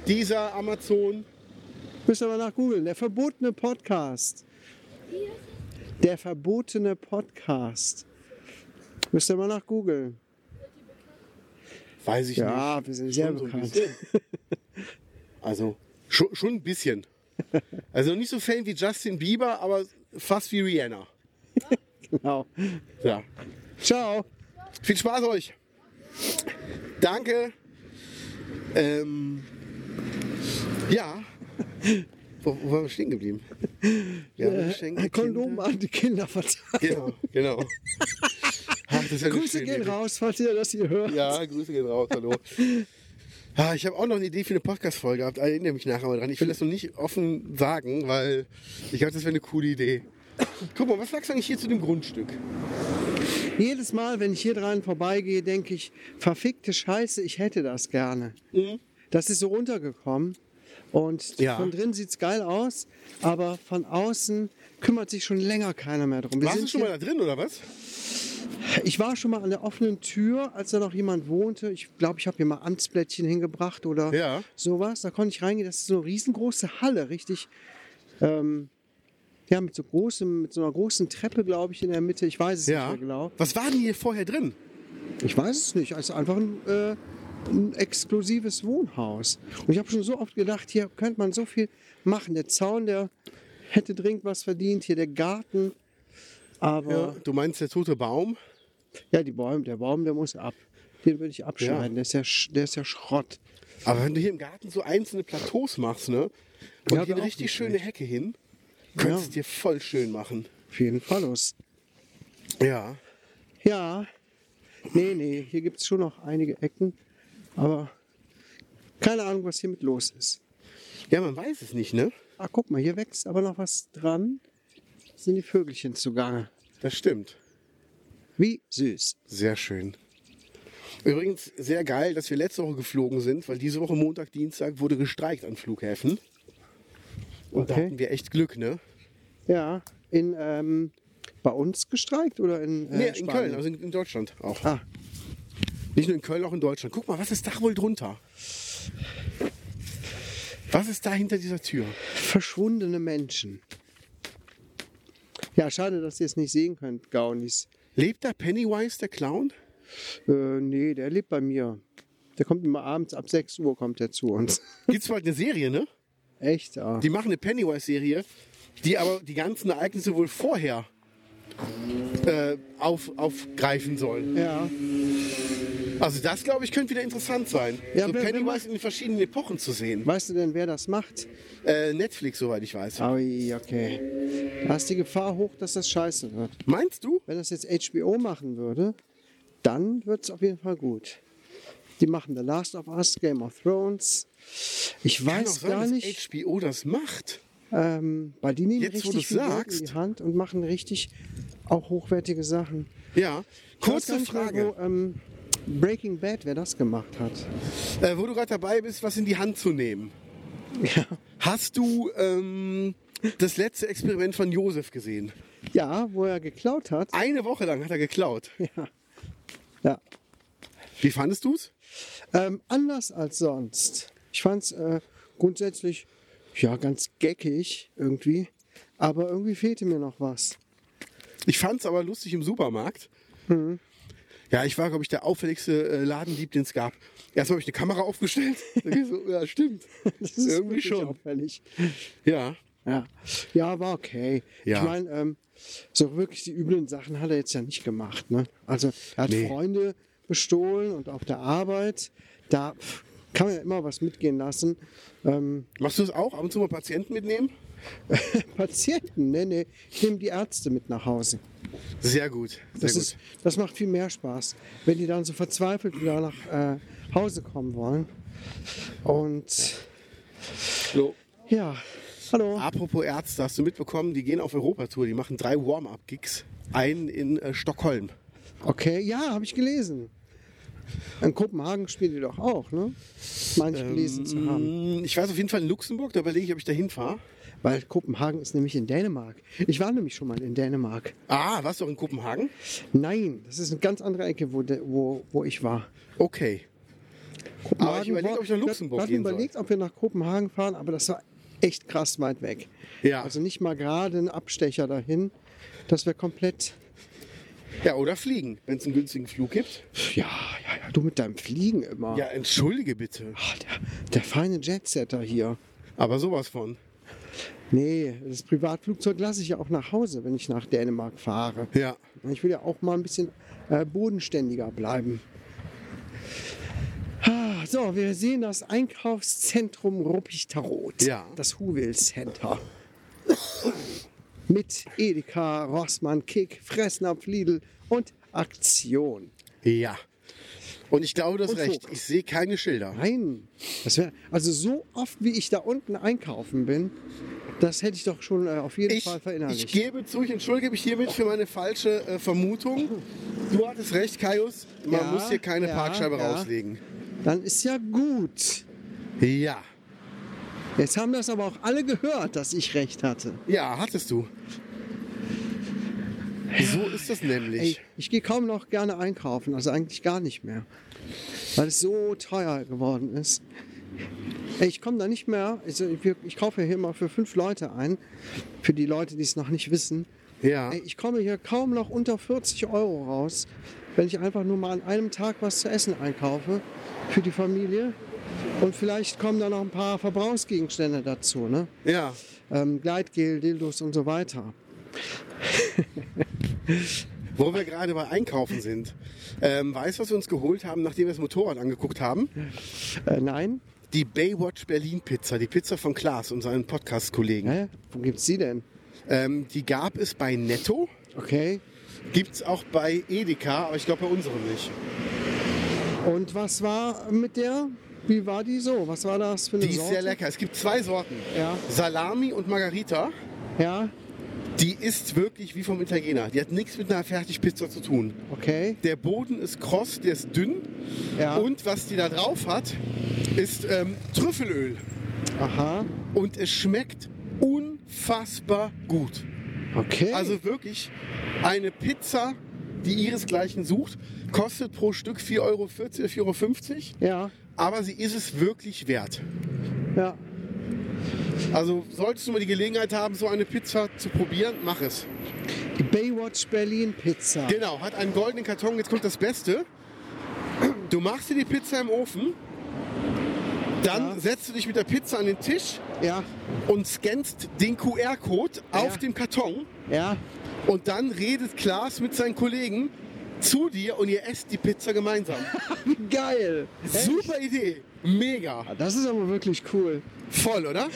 Deezer, Amazon. Müsst ihr mal nach googeln. Der verbotene Podcast. Der verbotene Podcast. Müsst ihr mal nach googeln. Weiß ich nicht. Ja, wir sind sehr Schon so ein bekannt. bisschen. Also, schon, schon ein bisschen. Also noch nicht so Fan wie Justin Bieber, aber fast wie Rihanna. genau. Ja. Ciao. Viel Spaß euch. Danke. Ähm, ja. Wo, wo waren wir stehen geblieben? Wir haben Geschenke, Äh, Kondom Kinder. an die Kinder verteilen. Genau, genau. Ach, das ist ja eine Grüße schöne gehen Idee. raus, falls ihr das hier hört. Ja, Grüße gehen raus, hallo. Ah, ich habe auch noch eine Idee für eine Podcast-Folge gehabt. Ich erinnere mich nachher mal dran. Ich will das noch nicht offen sagen, weil ich glaube, das wäre eine coole Idee. Guck mal, was sagst du eigentlich hier zu dem Grundstück? Jedes Mal, wenn ich hier dran vorbeigehe, denke ich, verfickte Scheiße, ich hätte das gerne. Das ist so runtergekommen. Und Mhm. Ja. von drin sieht es geil aus, aber von außen kümmert sich schon länger keiner mehr drum. Wir Warst du sind schon hier- mal da drin, oder was? Ich war schon mal an der offenen Tür, als da noch jemand wohnte. Ich glaube, ich habe hier mal Amtsblättchen hingebracht oder Ja. sowas. Da konnte ich reingehen. Das ist so eine riesengroße Halle, richtig. Ähm, ja, mit so großem, mit so einer großen Treppe, glaube ich, in der Mitte. Ich weiß es nicht mehr genau. Was war denn hier vorher drin? Ich weiß es nicht. Es ist einfach ein, äh, ein exklusives Wohnhaus. Und ich habe schon so oft gedacht, hier könnte man so viel machen. Der Zaun, der hätte dringend was verdient. Hier der Garten. Aber Äh, Du meinst der tote Baum? ja, die Bäume, der Baum, der muss ab. Den würde ich abschneiden. Der, ist ja, sch- der ist ja Schrott. Aber wenn du hier im Garten so einzelne Plateaus machst, ne? Und Ja, hier eine auch richtig nicht schöne Hecke hin, könntest Ja. du dir voll schön machen. Auf jeden Fall los. Ja. Ja. Nee, nee, hier gibt es schon noch einige Ecken. Aber keine Ahnung, was hiermit los ist. Ja, man weiß es nicht, ne? Ah, guck mal, hier wächst aber noch was dran. Sind die Vögelchen zugange. Das stimmt. Wie süß. Sehr schön. Übrigens sehr geil, dass wir letzte Woche geflogen sind, weil diese Woche Montag, Dienstag wurde gestreikt an Flughäfen. Und da Okay. hatten wir echt Glück, ne? Ja, in ähm, bei uns gestreikt oder in, äh, Nee, in Spanien? Köln, also in, in Deutschland auch. Ah, Nicht nur in Köln, auch in Deutschland. Guck mal, was ist da wohl drunter? Was ist da hinter dieser Tür? verschwundene Menschen. Ja, schade, dass ihr es nicht sehen könnt, Gaunis. Lebt da Pennywise, der Clown? Äh, nee, der lebt bei mir. Der kommt immer abends ab 6 Uhr kommt er zu uns. Gibt's bald eine Serie, ne? Echt? Ah. Die machen eine Pennywise-Serie, die aber die ganzen Ereignisse wohl vorher äh, auf, aufgreifen sollen. Ja. Also das, glaube ich, könnte wieder interessant sein. Ja, so wer- wer Pennywise macht- in den verschiedenen Epochen zu sehen. Weißt du denn, wer das macht? Äh, Netflix, soweit ich weiß. Aui, okay. Da ist die Gefahr hoch, dass das scheiße wird. Meinst du? Wenn das jetzt HBO machen würde, dann wird es auf jeden Fall gut. Die machen The Last of Us, Game of Thrones. Ich Kann weiß auch sein, gar dass nicht, HBO das macht. ähm, weil die nehmen Jetzt, wo du's richtig viel Geld in die sagst. Hand und machen richtig auch hochwertige Sachen. Ja. Ich weiß gar Kurze nicht mehr, Frage. Wo, ähm, Breaking Bad, wer das gemacht hat. Äh, wo du gerade dabei bist, was in die Hand zu nehmen. Hast du ähm, das letzte Experiment von Josef gesehen? Ja, wo er geklaut hat. Eine Woche lang hat er geklaut. Ja. Wie fandest du's? Ähm, anders als sonst. Ich fand es äh, grundsätzlich ja ganz geckig irgendwie, aber irgendwie fehlte mir noch was. Ich fand's aber lustig im Supermarkt. Hm. Ja, ich war, glaube ich, der auffälligste äh, Ladendieb, den es gab. Erstmal habe ich eine Kamera aufgestellt. Dann geh ich so, ja, stimmt. Das Irgendwie wirklich schon. auffällig. Ja. Ja. ja, war okay. Ja. Ich meine, ähm, so wirklich die üblen Sachen hat er jetzt ja nicht gemacht. Ne? Also er hat Nee. Freunde bestohlen und auf der Arbeit, da pff, kann man ja immer was mitgehen lassen. Ähm, Machst du es auch? Ab und zu mal Patienten mitnehmen? Patienten, nee, nee, ich nehme die Ärzte mit nach Hause. Sehr gut. Sehr Das, gut. ist, das macht viel mehr Spaß, wenn die dann so verzweifelt wieder nach äh, Hause kommen wollen. Und so. ja, hallo. Apropos Ärzte, hast du mitbekommen, die gehen auf Europatour. Die machen drei Warm-Up-Gigs. Einen in äh, Stockholm. Okay, ja, habe ich gelesen. In Kopenhagen spielen die doch auch, ne? Meine Ähm, ich gelesen zu haben. Mm, Ich weiß auf jeden Fall in Luxemburg. Da überlege ich, ob ich da hinfahre. Weil Kopenhagen ist nämlich in Dänemark. Ich war nämlich schon mal in Dänemark. Ah, warst du auch in Kopenhagen? Nein, das ist eine ganz andere Ecke, wo, de, wo, wo ich war. Okay. Kopenhagen überleg, war- ob ich nach wir- Luxemburg wir hatten gehen soll. überlegt, ob wir nach Kopenhagen fahren, aber das war echt krass weit weg. Ja. Also nicht mal gerade ein Abstecher dahin. Das wäre komplett. Ja, oder fliegen, wenn es einen günstigen Flug gibt. Ja, ja, ja, du mit deinem Fliegen immer. Ja, entschuldige bitte. Ah, der, der feine Jetsetter hier. Aber sowas von. Nee, das Privatflugzeug lasse ich ja auch nach Hause, wenn ich nach Dänemark fahre. Ja. Ich will ja auch mal ein bisschen äh, bodenständiger bleiben. Ah, So, wir sehen das Einkaufszentrum Ruppich-Tarot. Ja. Das Huwel Center. Mit Edeka, Rossmann, Kick, Fressnapf, Lidl und Aktion. Ja. Und ich glaube, du hast Und recht. Vogt. Ich sehe keine Schilder. Nein, das wäre also so oft, wie ich da unten einkaufen bin, das hätte ich doch schon äh, auf jeden Ich, Fall ich verinnerlicht. gebe zu, ich entschuldige mich hiermit für meine falsche äh, Vermutung. Du hattest recht, Kaius. Man Ja, muss hier keine ja, Parkscheibe ja. rauslegen. Dann ist ja gut. Ja. Jetzt haben das aber auch alle gehört, dass ich recht hatte. Ja, hattest du. So ist das Ey, nämlich. ich gehe kaum noch gerne einkaufen, also eigentlich gar nicht mehr, weil es so teuer geworden ist. Ey, ich komme da nicht mehr, also ich, wir- ich kaufe hier immer für fünf Leute ein, für die Leute, die es noch nicht wissen. Ja. Ey, ich komme hier kaum noch unter 40 Euro raus, wenn ich einfach nur mal an einem Tag was zu essen einkaufe für die Familie. Und vielleicht kommen da noch ein paar Verbrauchsgegenstände dazu, ne? Ja. Ähm, Gleitgel, Dildos und so weiter. Wo wir gerade bei Einkaufen sind. Ähm, weißt du, was wir uns geholt haben, nachdem wir das Motorrad angeguckt haben? Äh, nein? Die Baywatch Berlin Pizza, die Pizza von Klaas und seinen Podcast-Kollegen. Hä? Wo gibt's die denn? Ähm, die gab es bei Netto, Okay. gibt es auch bei Edeka, aber ich glaube bei unserem nicht. Und was war mit der? Wie war die so? Was war das für eine Die ist Sorte? sehr lecker. Es gibt zwei Sorten. Ja. Salami und Margarita. Ja, Die ist wirklich wie vom Italiener. Die hat nichts mit einer Fertigpizza zu tun. okay. Der Boden ist kross, der ist dünn. Ja. Und was die da drauf hat, ist ähm, Trüffelöl. Aha. Und es schmeckt unfassbar gut. Okay. Also wirklich eine Pizza, die ihresgleichen sucht, kostet pro Stück 4,40 Euro, 4,50 Euro. ja, aber sie ist es wirklich wert. ja. Also solltest du mal die Gelegenheit haben, so eine Pizza zu probieren, mach es. Die Baywatch Berlin Pizza. Genau, hat einen goldenen Karton, jetzt kommt das Beste. Du machst dir die Pizza im Ofen, dann Ja. setzt du dich mit der Pizza an den Tisch Ja, und scannst den QR-Code Ja. auf dem Karton ja. und dann redet Klaas mit seinen Kollegen zu dir und ihr esst die Pizza gemeinsam. Wie geil! Super Idee. Mega. Das ist aber wirklich cool. Voll, oder?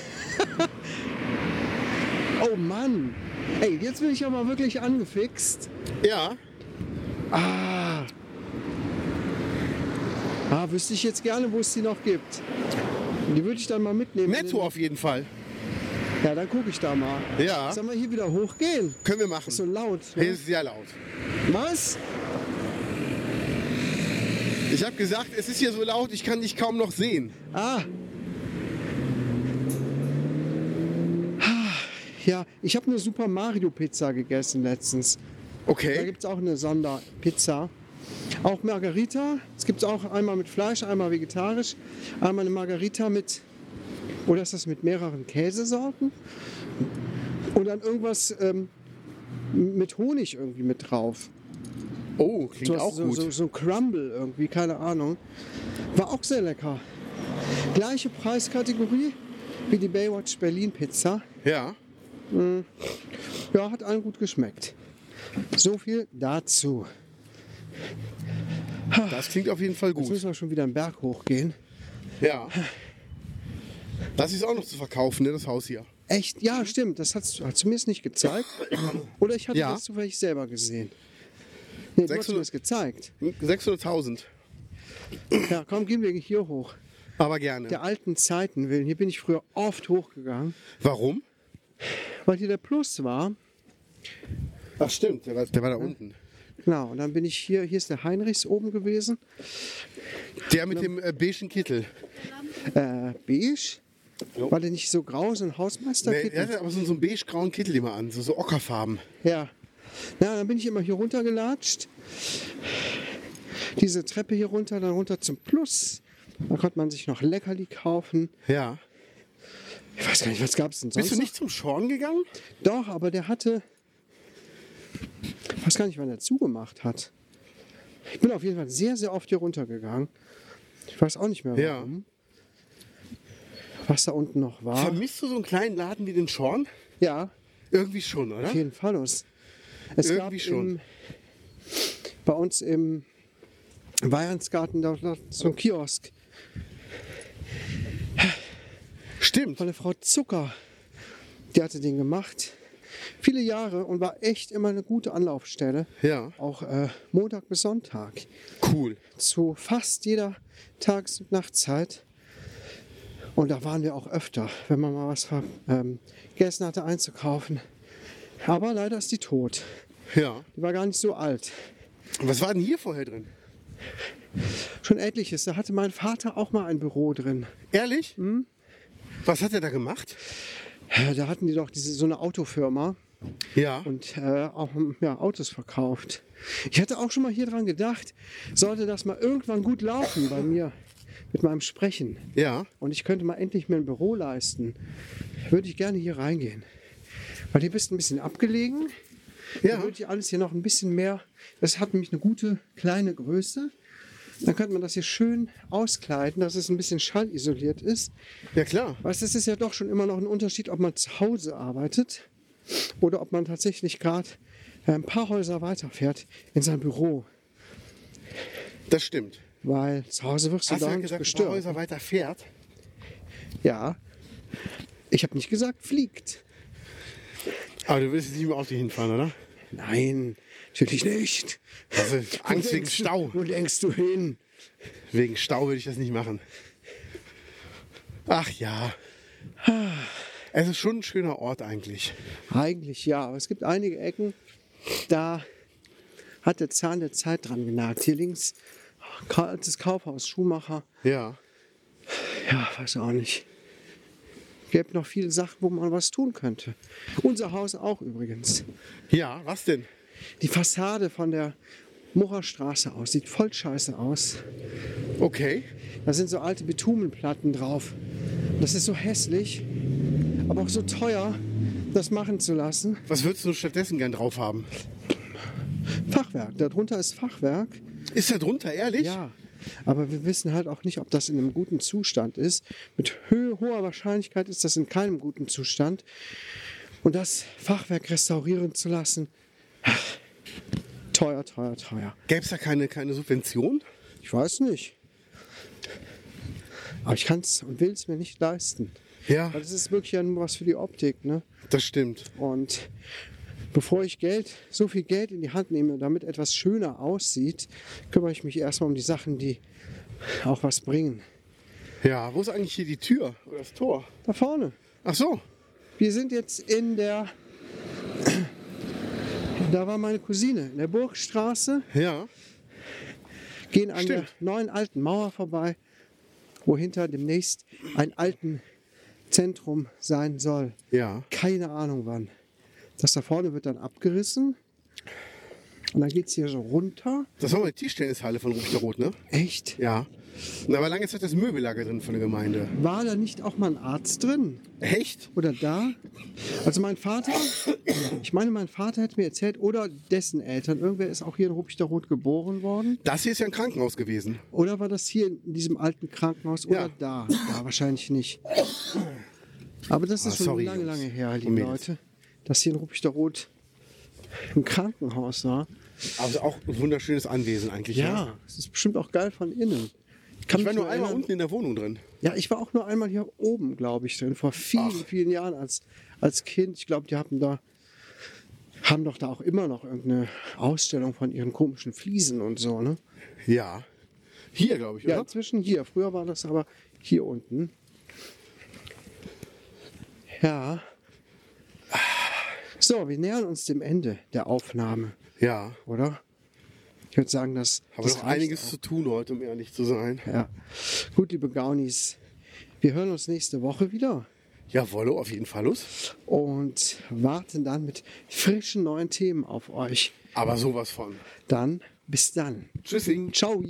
Oh Mann! Ey, jetzt bin ich ja mal wirklich angefixt. Ja. Ah! Ah, wüsste ich jetzt gerne, wo es die noch gibt. Die würde ich dann mal mitnehmen. Netto auf jeden Fall. Ja, dann gucke ich da mal. Ja. Sollen wir hier wieder hochgehen? Können wir machen. Ist so laut. Hier Ne? ist sehr laut. Was? Ich habe gesagt, es ist hier so laut, ich kann dich kaum noch sehen. Ah. Ah, Ja, ich habe eine Super Mario Pizza gegessen letztens. Da Okay. gibt es auch eine Sonderpizza. Auch Margarita. Es gibt auch einmal mit Fleisch, einmal vegetarisch. Einmal eine Margarita mit, oder ist das mit mehreren Käsesorten? Und dann irgendwas ähm, mit Honig irgendwie mit drauf. Oh, klingt so, auch so, gut. So, so ein Crumble irgendwie, keine Ahnung. War auch sehr lecker. Gleiche Preiskategorie wie die Baywatch Berlin Pizza. Ja. Ja, hat allen gut geschmeckt. So viel dazu. Das klingt auf jeden Fall Jetzt gut. müssen wir schon wieder einen Berg hochgehen. Ja. Das ist auch noch zu verkaufen, ne, das Haus hier. Echt? Ja, stimmt. Das hat's- hast du mir es nicht gezeigt. Oder ich hatte Ja. das zufällig selber gesehen. Nee, du hast mir 600 es gezeigt. 600.000. Ja, komm, gehen wir hier hoch. Aber gerne. Der alten Zeiten willen. Hier bin ich früher oft hochgegangen, Warum? weil hier der Plus war. Ach stimmt, der war, der war da unten. Genau, und dann bin ich hier, hier ist der Heinrichs oben gewesen. Der mit dem äh, beigen Kittel. Äh, beige. Jo. War der nicht so grau, so ein Der, der Hausmeisterkittel? hat aber so, so einen beige-grauen Kittel immer an, so, so ockerfarben. ja. Na, dann bin ich immer hier runtergelatscht. Diese Treppe hier runter, dann runter zum Plus. Da konnte man sich noch Leckerli kaufen. Ja. Ich weiß gar nicht, was gab es denn sonst? Bist du nicht zum Schorn gegangen? noch? Doch, aber der hatte. Ich weiß gar nicht, wann er zugemacht hat. Ich bin auf jeden Fall sehr, sehr oft hier runtergegangen. Ich weiß auch nicht mehr, Ja. warum. Was da unten noch war. Vermisst du so einen kleinen Laden wie den Schorn? ja, Irgendwie schon, oder? auf jeden Fall. Es es Irgendwie gab schon. Im, bei uns im Weihnachtsgarten da, da so ein Kiosk Stimmt. von der Frau Zucker. Die hatte den gemacht. Viele Jahre und war echt immer eine gute Anlaufstelle. Ja. auch äh, Montag bis Sonntag Cool. zu fast jeder Tages- und Nachtzeit. Und da waren wir auch öfter, wenn man mal was ver- ähm, gegessen hatte, einzukaufen. Aber leider ist die tot. Ja. Die war gar nicht so alt. Und was war denn hier vorher drin? Schon etliches. Da hatte mein Vater auch mal ein Büro drin. Ehrlich? Was hat er da gemacht? Äh, Da hatten die doch diese, so eine Autofirma Ja. und äh, auch ja, Autos verkauft. Ich hatte auch schon mal hier dran gedacht, sollte das mal irgendwann gut laufen bei mir mit meinem Sprechen. Ja. und ich könnte mal endlich mir ein Büro leisten, würde ich gerne hier reingehen. Weil hier bist du ein bisschen abgelegen. Ja. Dann würde ich alles hier noch ein bisschen mehr. Das hat nämlich eine gute kleine Größe. Dann könnte man das hier schön auskleiden, dass es ein bisschen schallisoliert ist. Ja, klar. Weißt du, es ist ja doch schon immer noch ein Unterschied, ob man zu Hause arbeitet oder ob man tatsächlich gerade ein paar Häuser weiterfährt in sein Büro. Das stimmt. Weil zu Hause wirst du Hast du da ja nicht gesagt, ein paar gestört. Häuser weiter fährt? Ja. Ich habe nicht gesagt, fliegt. Aber du willst jetzt nicht mit dem Auto hinfahren, oder? Nein, natürlich nicht. Also Angst Wo wegen denkst du- Stau. Wo denkst du hin? Wegen Stau würde ich das nicht machen. Ach ja. Es ist schon ein schöner Ort eigentlich. Eigentlich ja, aber es gibt einige Ecken, da hat der Zahn der Zeit dran genagt. Hier links das Kaufhaus Schumacher. Ja. Ja, weiß auch nicht. Gäbe noch viele Sachen, wo man was tun könnte. Unser Haus auch übrigens. Ja, was denn? Die Fassade von der Mocherstraße aus sieht voll scheiße aus. Okay. Da sind so alte Bitumenplatten drauf. Das ist so hässlich, aber auch so teuer, das machen zu lassen. Was würdest du stattdessen gern drauf haben? Fachwerk, darunter ist Fachwerk. Ist da drunter, ehrlich? Ja. Aber wir wissen halt auch nicht, ob das in einem guten Zustand ist. Mit hö- hoher Wahrscheinlichkeit ist das in keinem guten Zustand. Und das Fachwerk restaurieren zu lassen, Teuer, teuer, teuer. Gäbe es da keine, keine Subvention? Ich weiß nicht. Aber ich kann es und will es mir nicht leisten. Ja, Weil das ist wirklich ja nur was für die Optik, ne? das stimmt. Und bevor ich Geld, so viel Geld in die Hand nehme, damit etwas schöner aussieht, kümmere ich mich erstmal um die Sachen, die auch was bringen. Ja, wo ist eigentlich hier die Tür oder das Tor? Da vorne. Ach so. Wir sind jetzt in der. Da war meine Cousine in der Burgstraße. Ja. gehen an Stimmt. der neuen alten Mauer vorbei, wohinter demnächst ein alten Zentrum sein soll. Ja. Keine Ahnung wann. Das da vorne wird dann abgerissen. Und dann geht es hier so runter. Das war mal die Tischtennishalle von Rupchterroth, ne? Echt? Ja. Da war lange Zeit das Möbellager drin von der Gemeinde. War da nicht auch mal ein Arzt drin? Echt? Oder da? Also mein Vater, ich meine, mein Vater hat mir erzählt, oder dessen Eltern, irgendwer ist auch hier in Ruppichterroth geboren worden. Das hier ist ja ein Krankenhaus gewesen. Oder war das hier in diesem alten Krankenhaus oder Ja. da? Da wahrscheinlich nicht. Aber das ist Ah, schon sorry, lange, Jungs lange her, und liebe Mädels. Leute, dass hier in Ruppichteroth ein Krankenhaus war. Also auch ein wunderschönes Anwesen eigentlich. ne? Es ist bestimmt auch geil von innen. kann Ich war mich nur nur einmal erinnern- unten in der Wohnung drin. Ja, ich war auch nur einmal hier oben, glaube ich, drin, vor vielen, Ach. vielen Jahren als, als Kind. Ich glaube, die hatten da, haben doch da auch immer noch irgendeine Ausstellung von ihren komischen Fliesen und so, ne? Ja. Hier, glaube ich, Ja, oder? inzwischen hier. Früher war das aber hier unten. Ja. So, wir nähern uns dem Ende der Aufnahme, Ja. oder? Ich würde sagen, das Haben wir das noch reicht einiges zu tun heute, um ehrlich zu sein. auch. Ja. Gut, liebe Gaunis, wir hören uns nächste Woche wieder Ja, Wollo, auf jeden Fall los. und warten dann mit frischen neuen Themen auf euch. Aber sowas von. Dann, bis dann. Tschüssing. Ciao.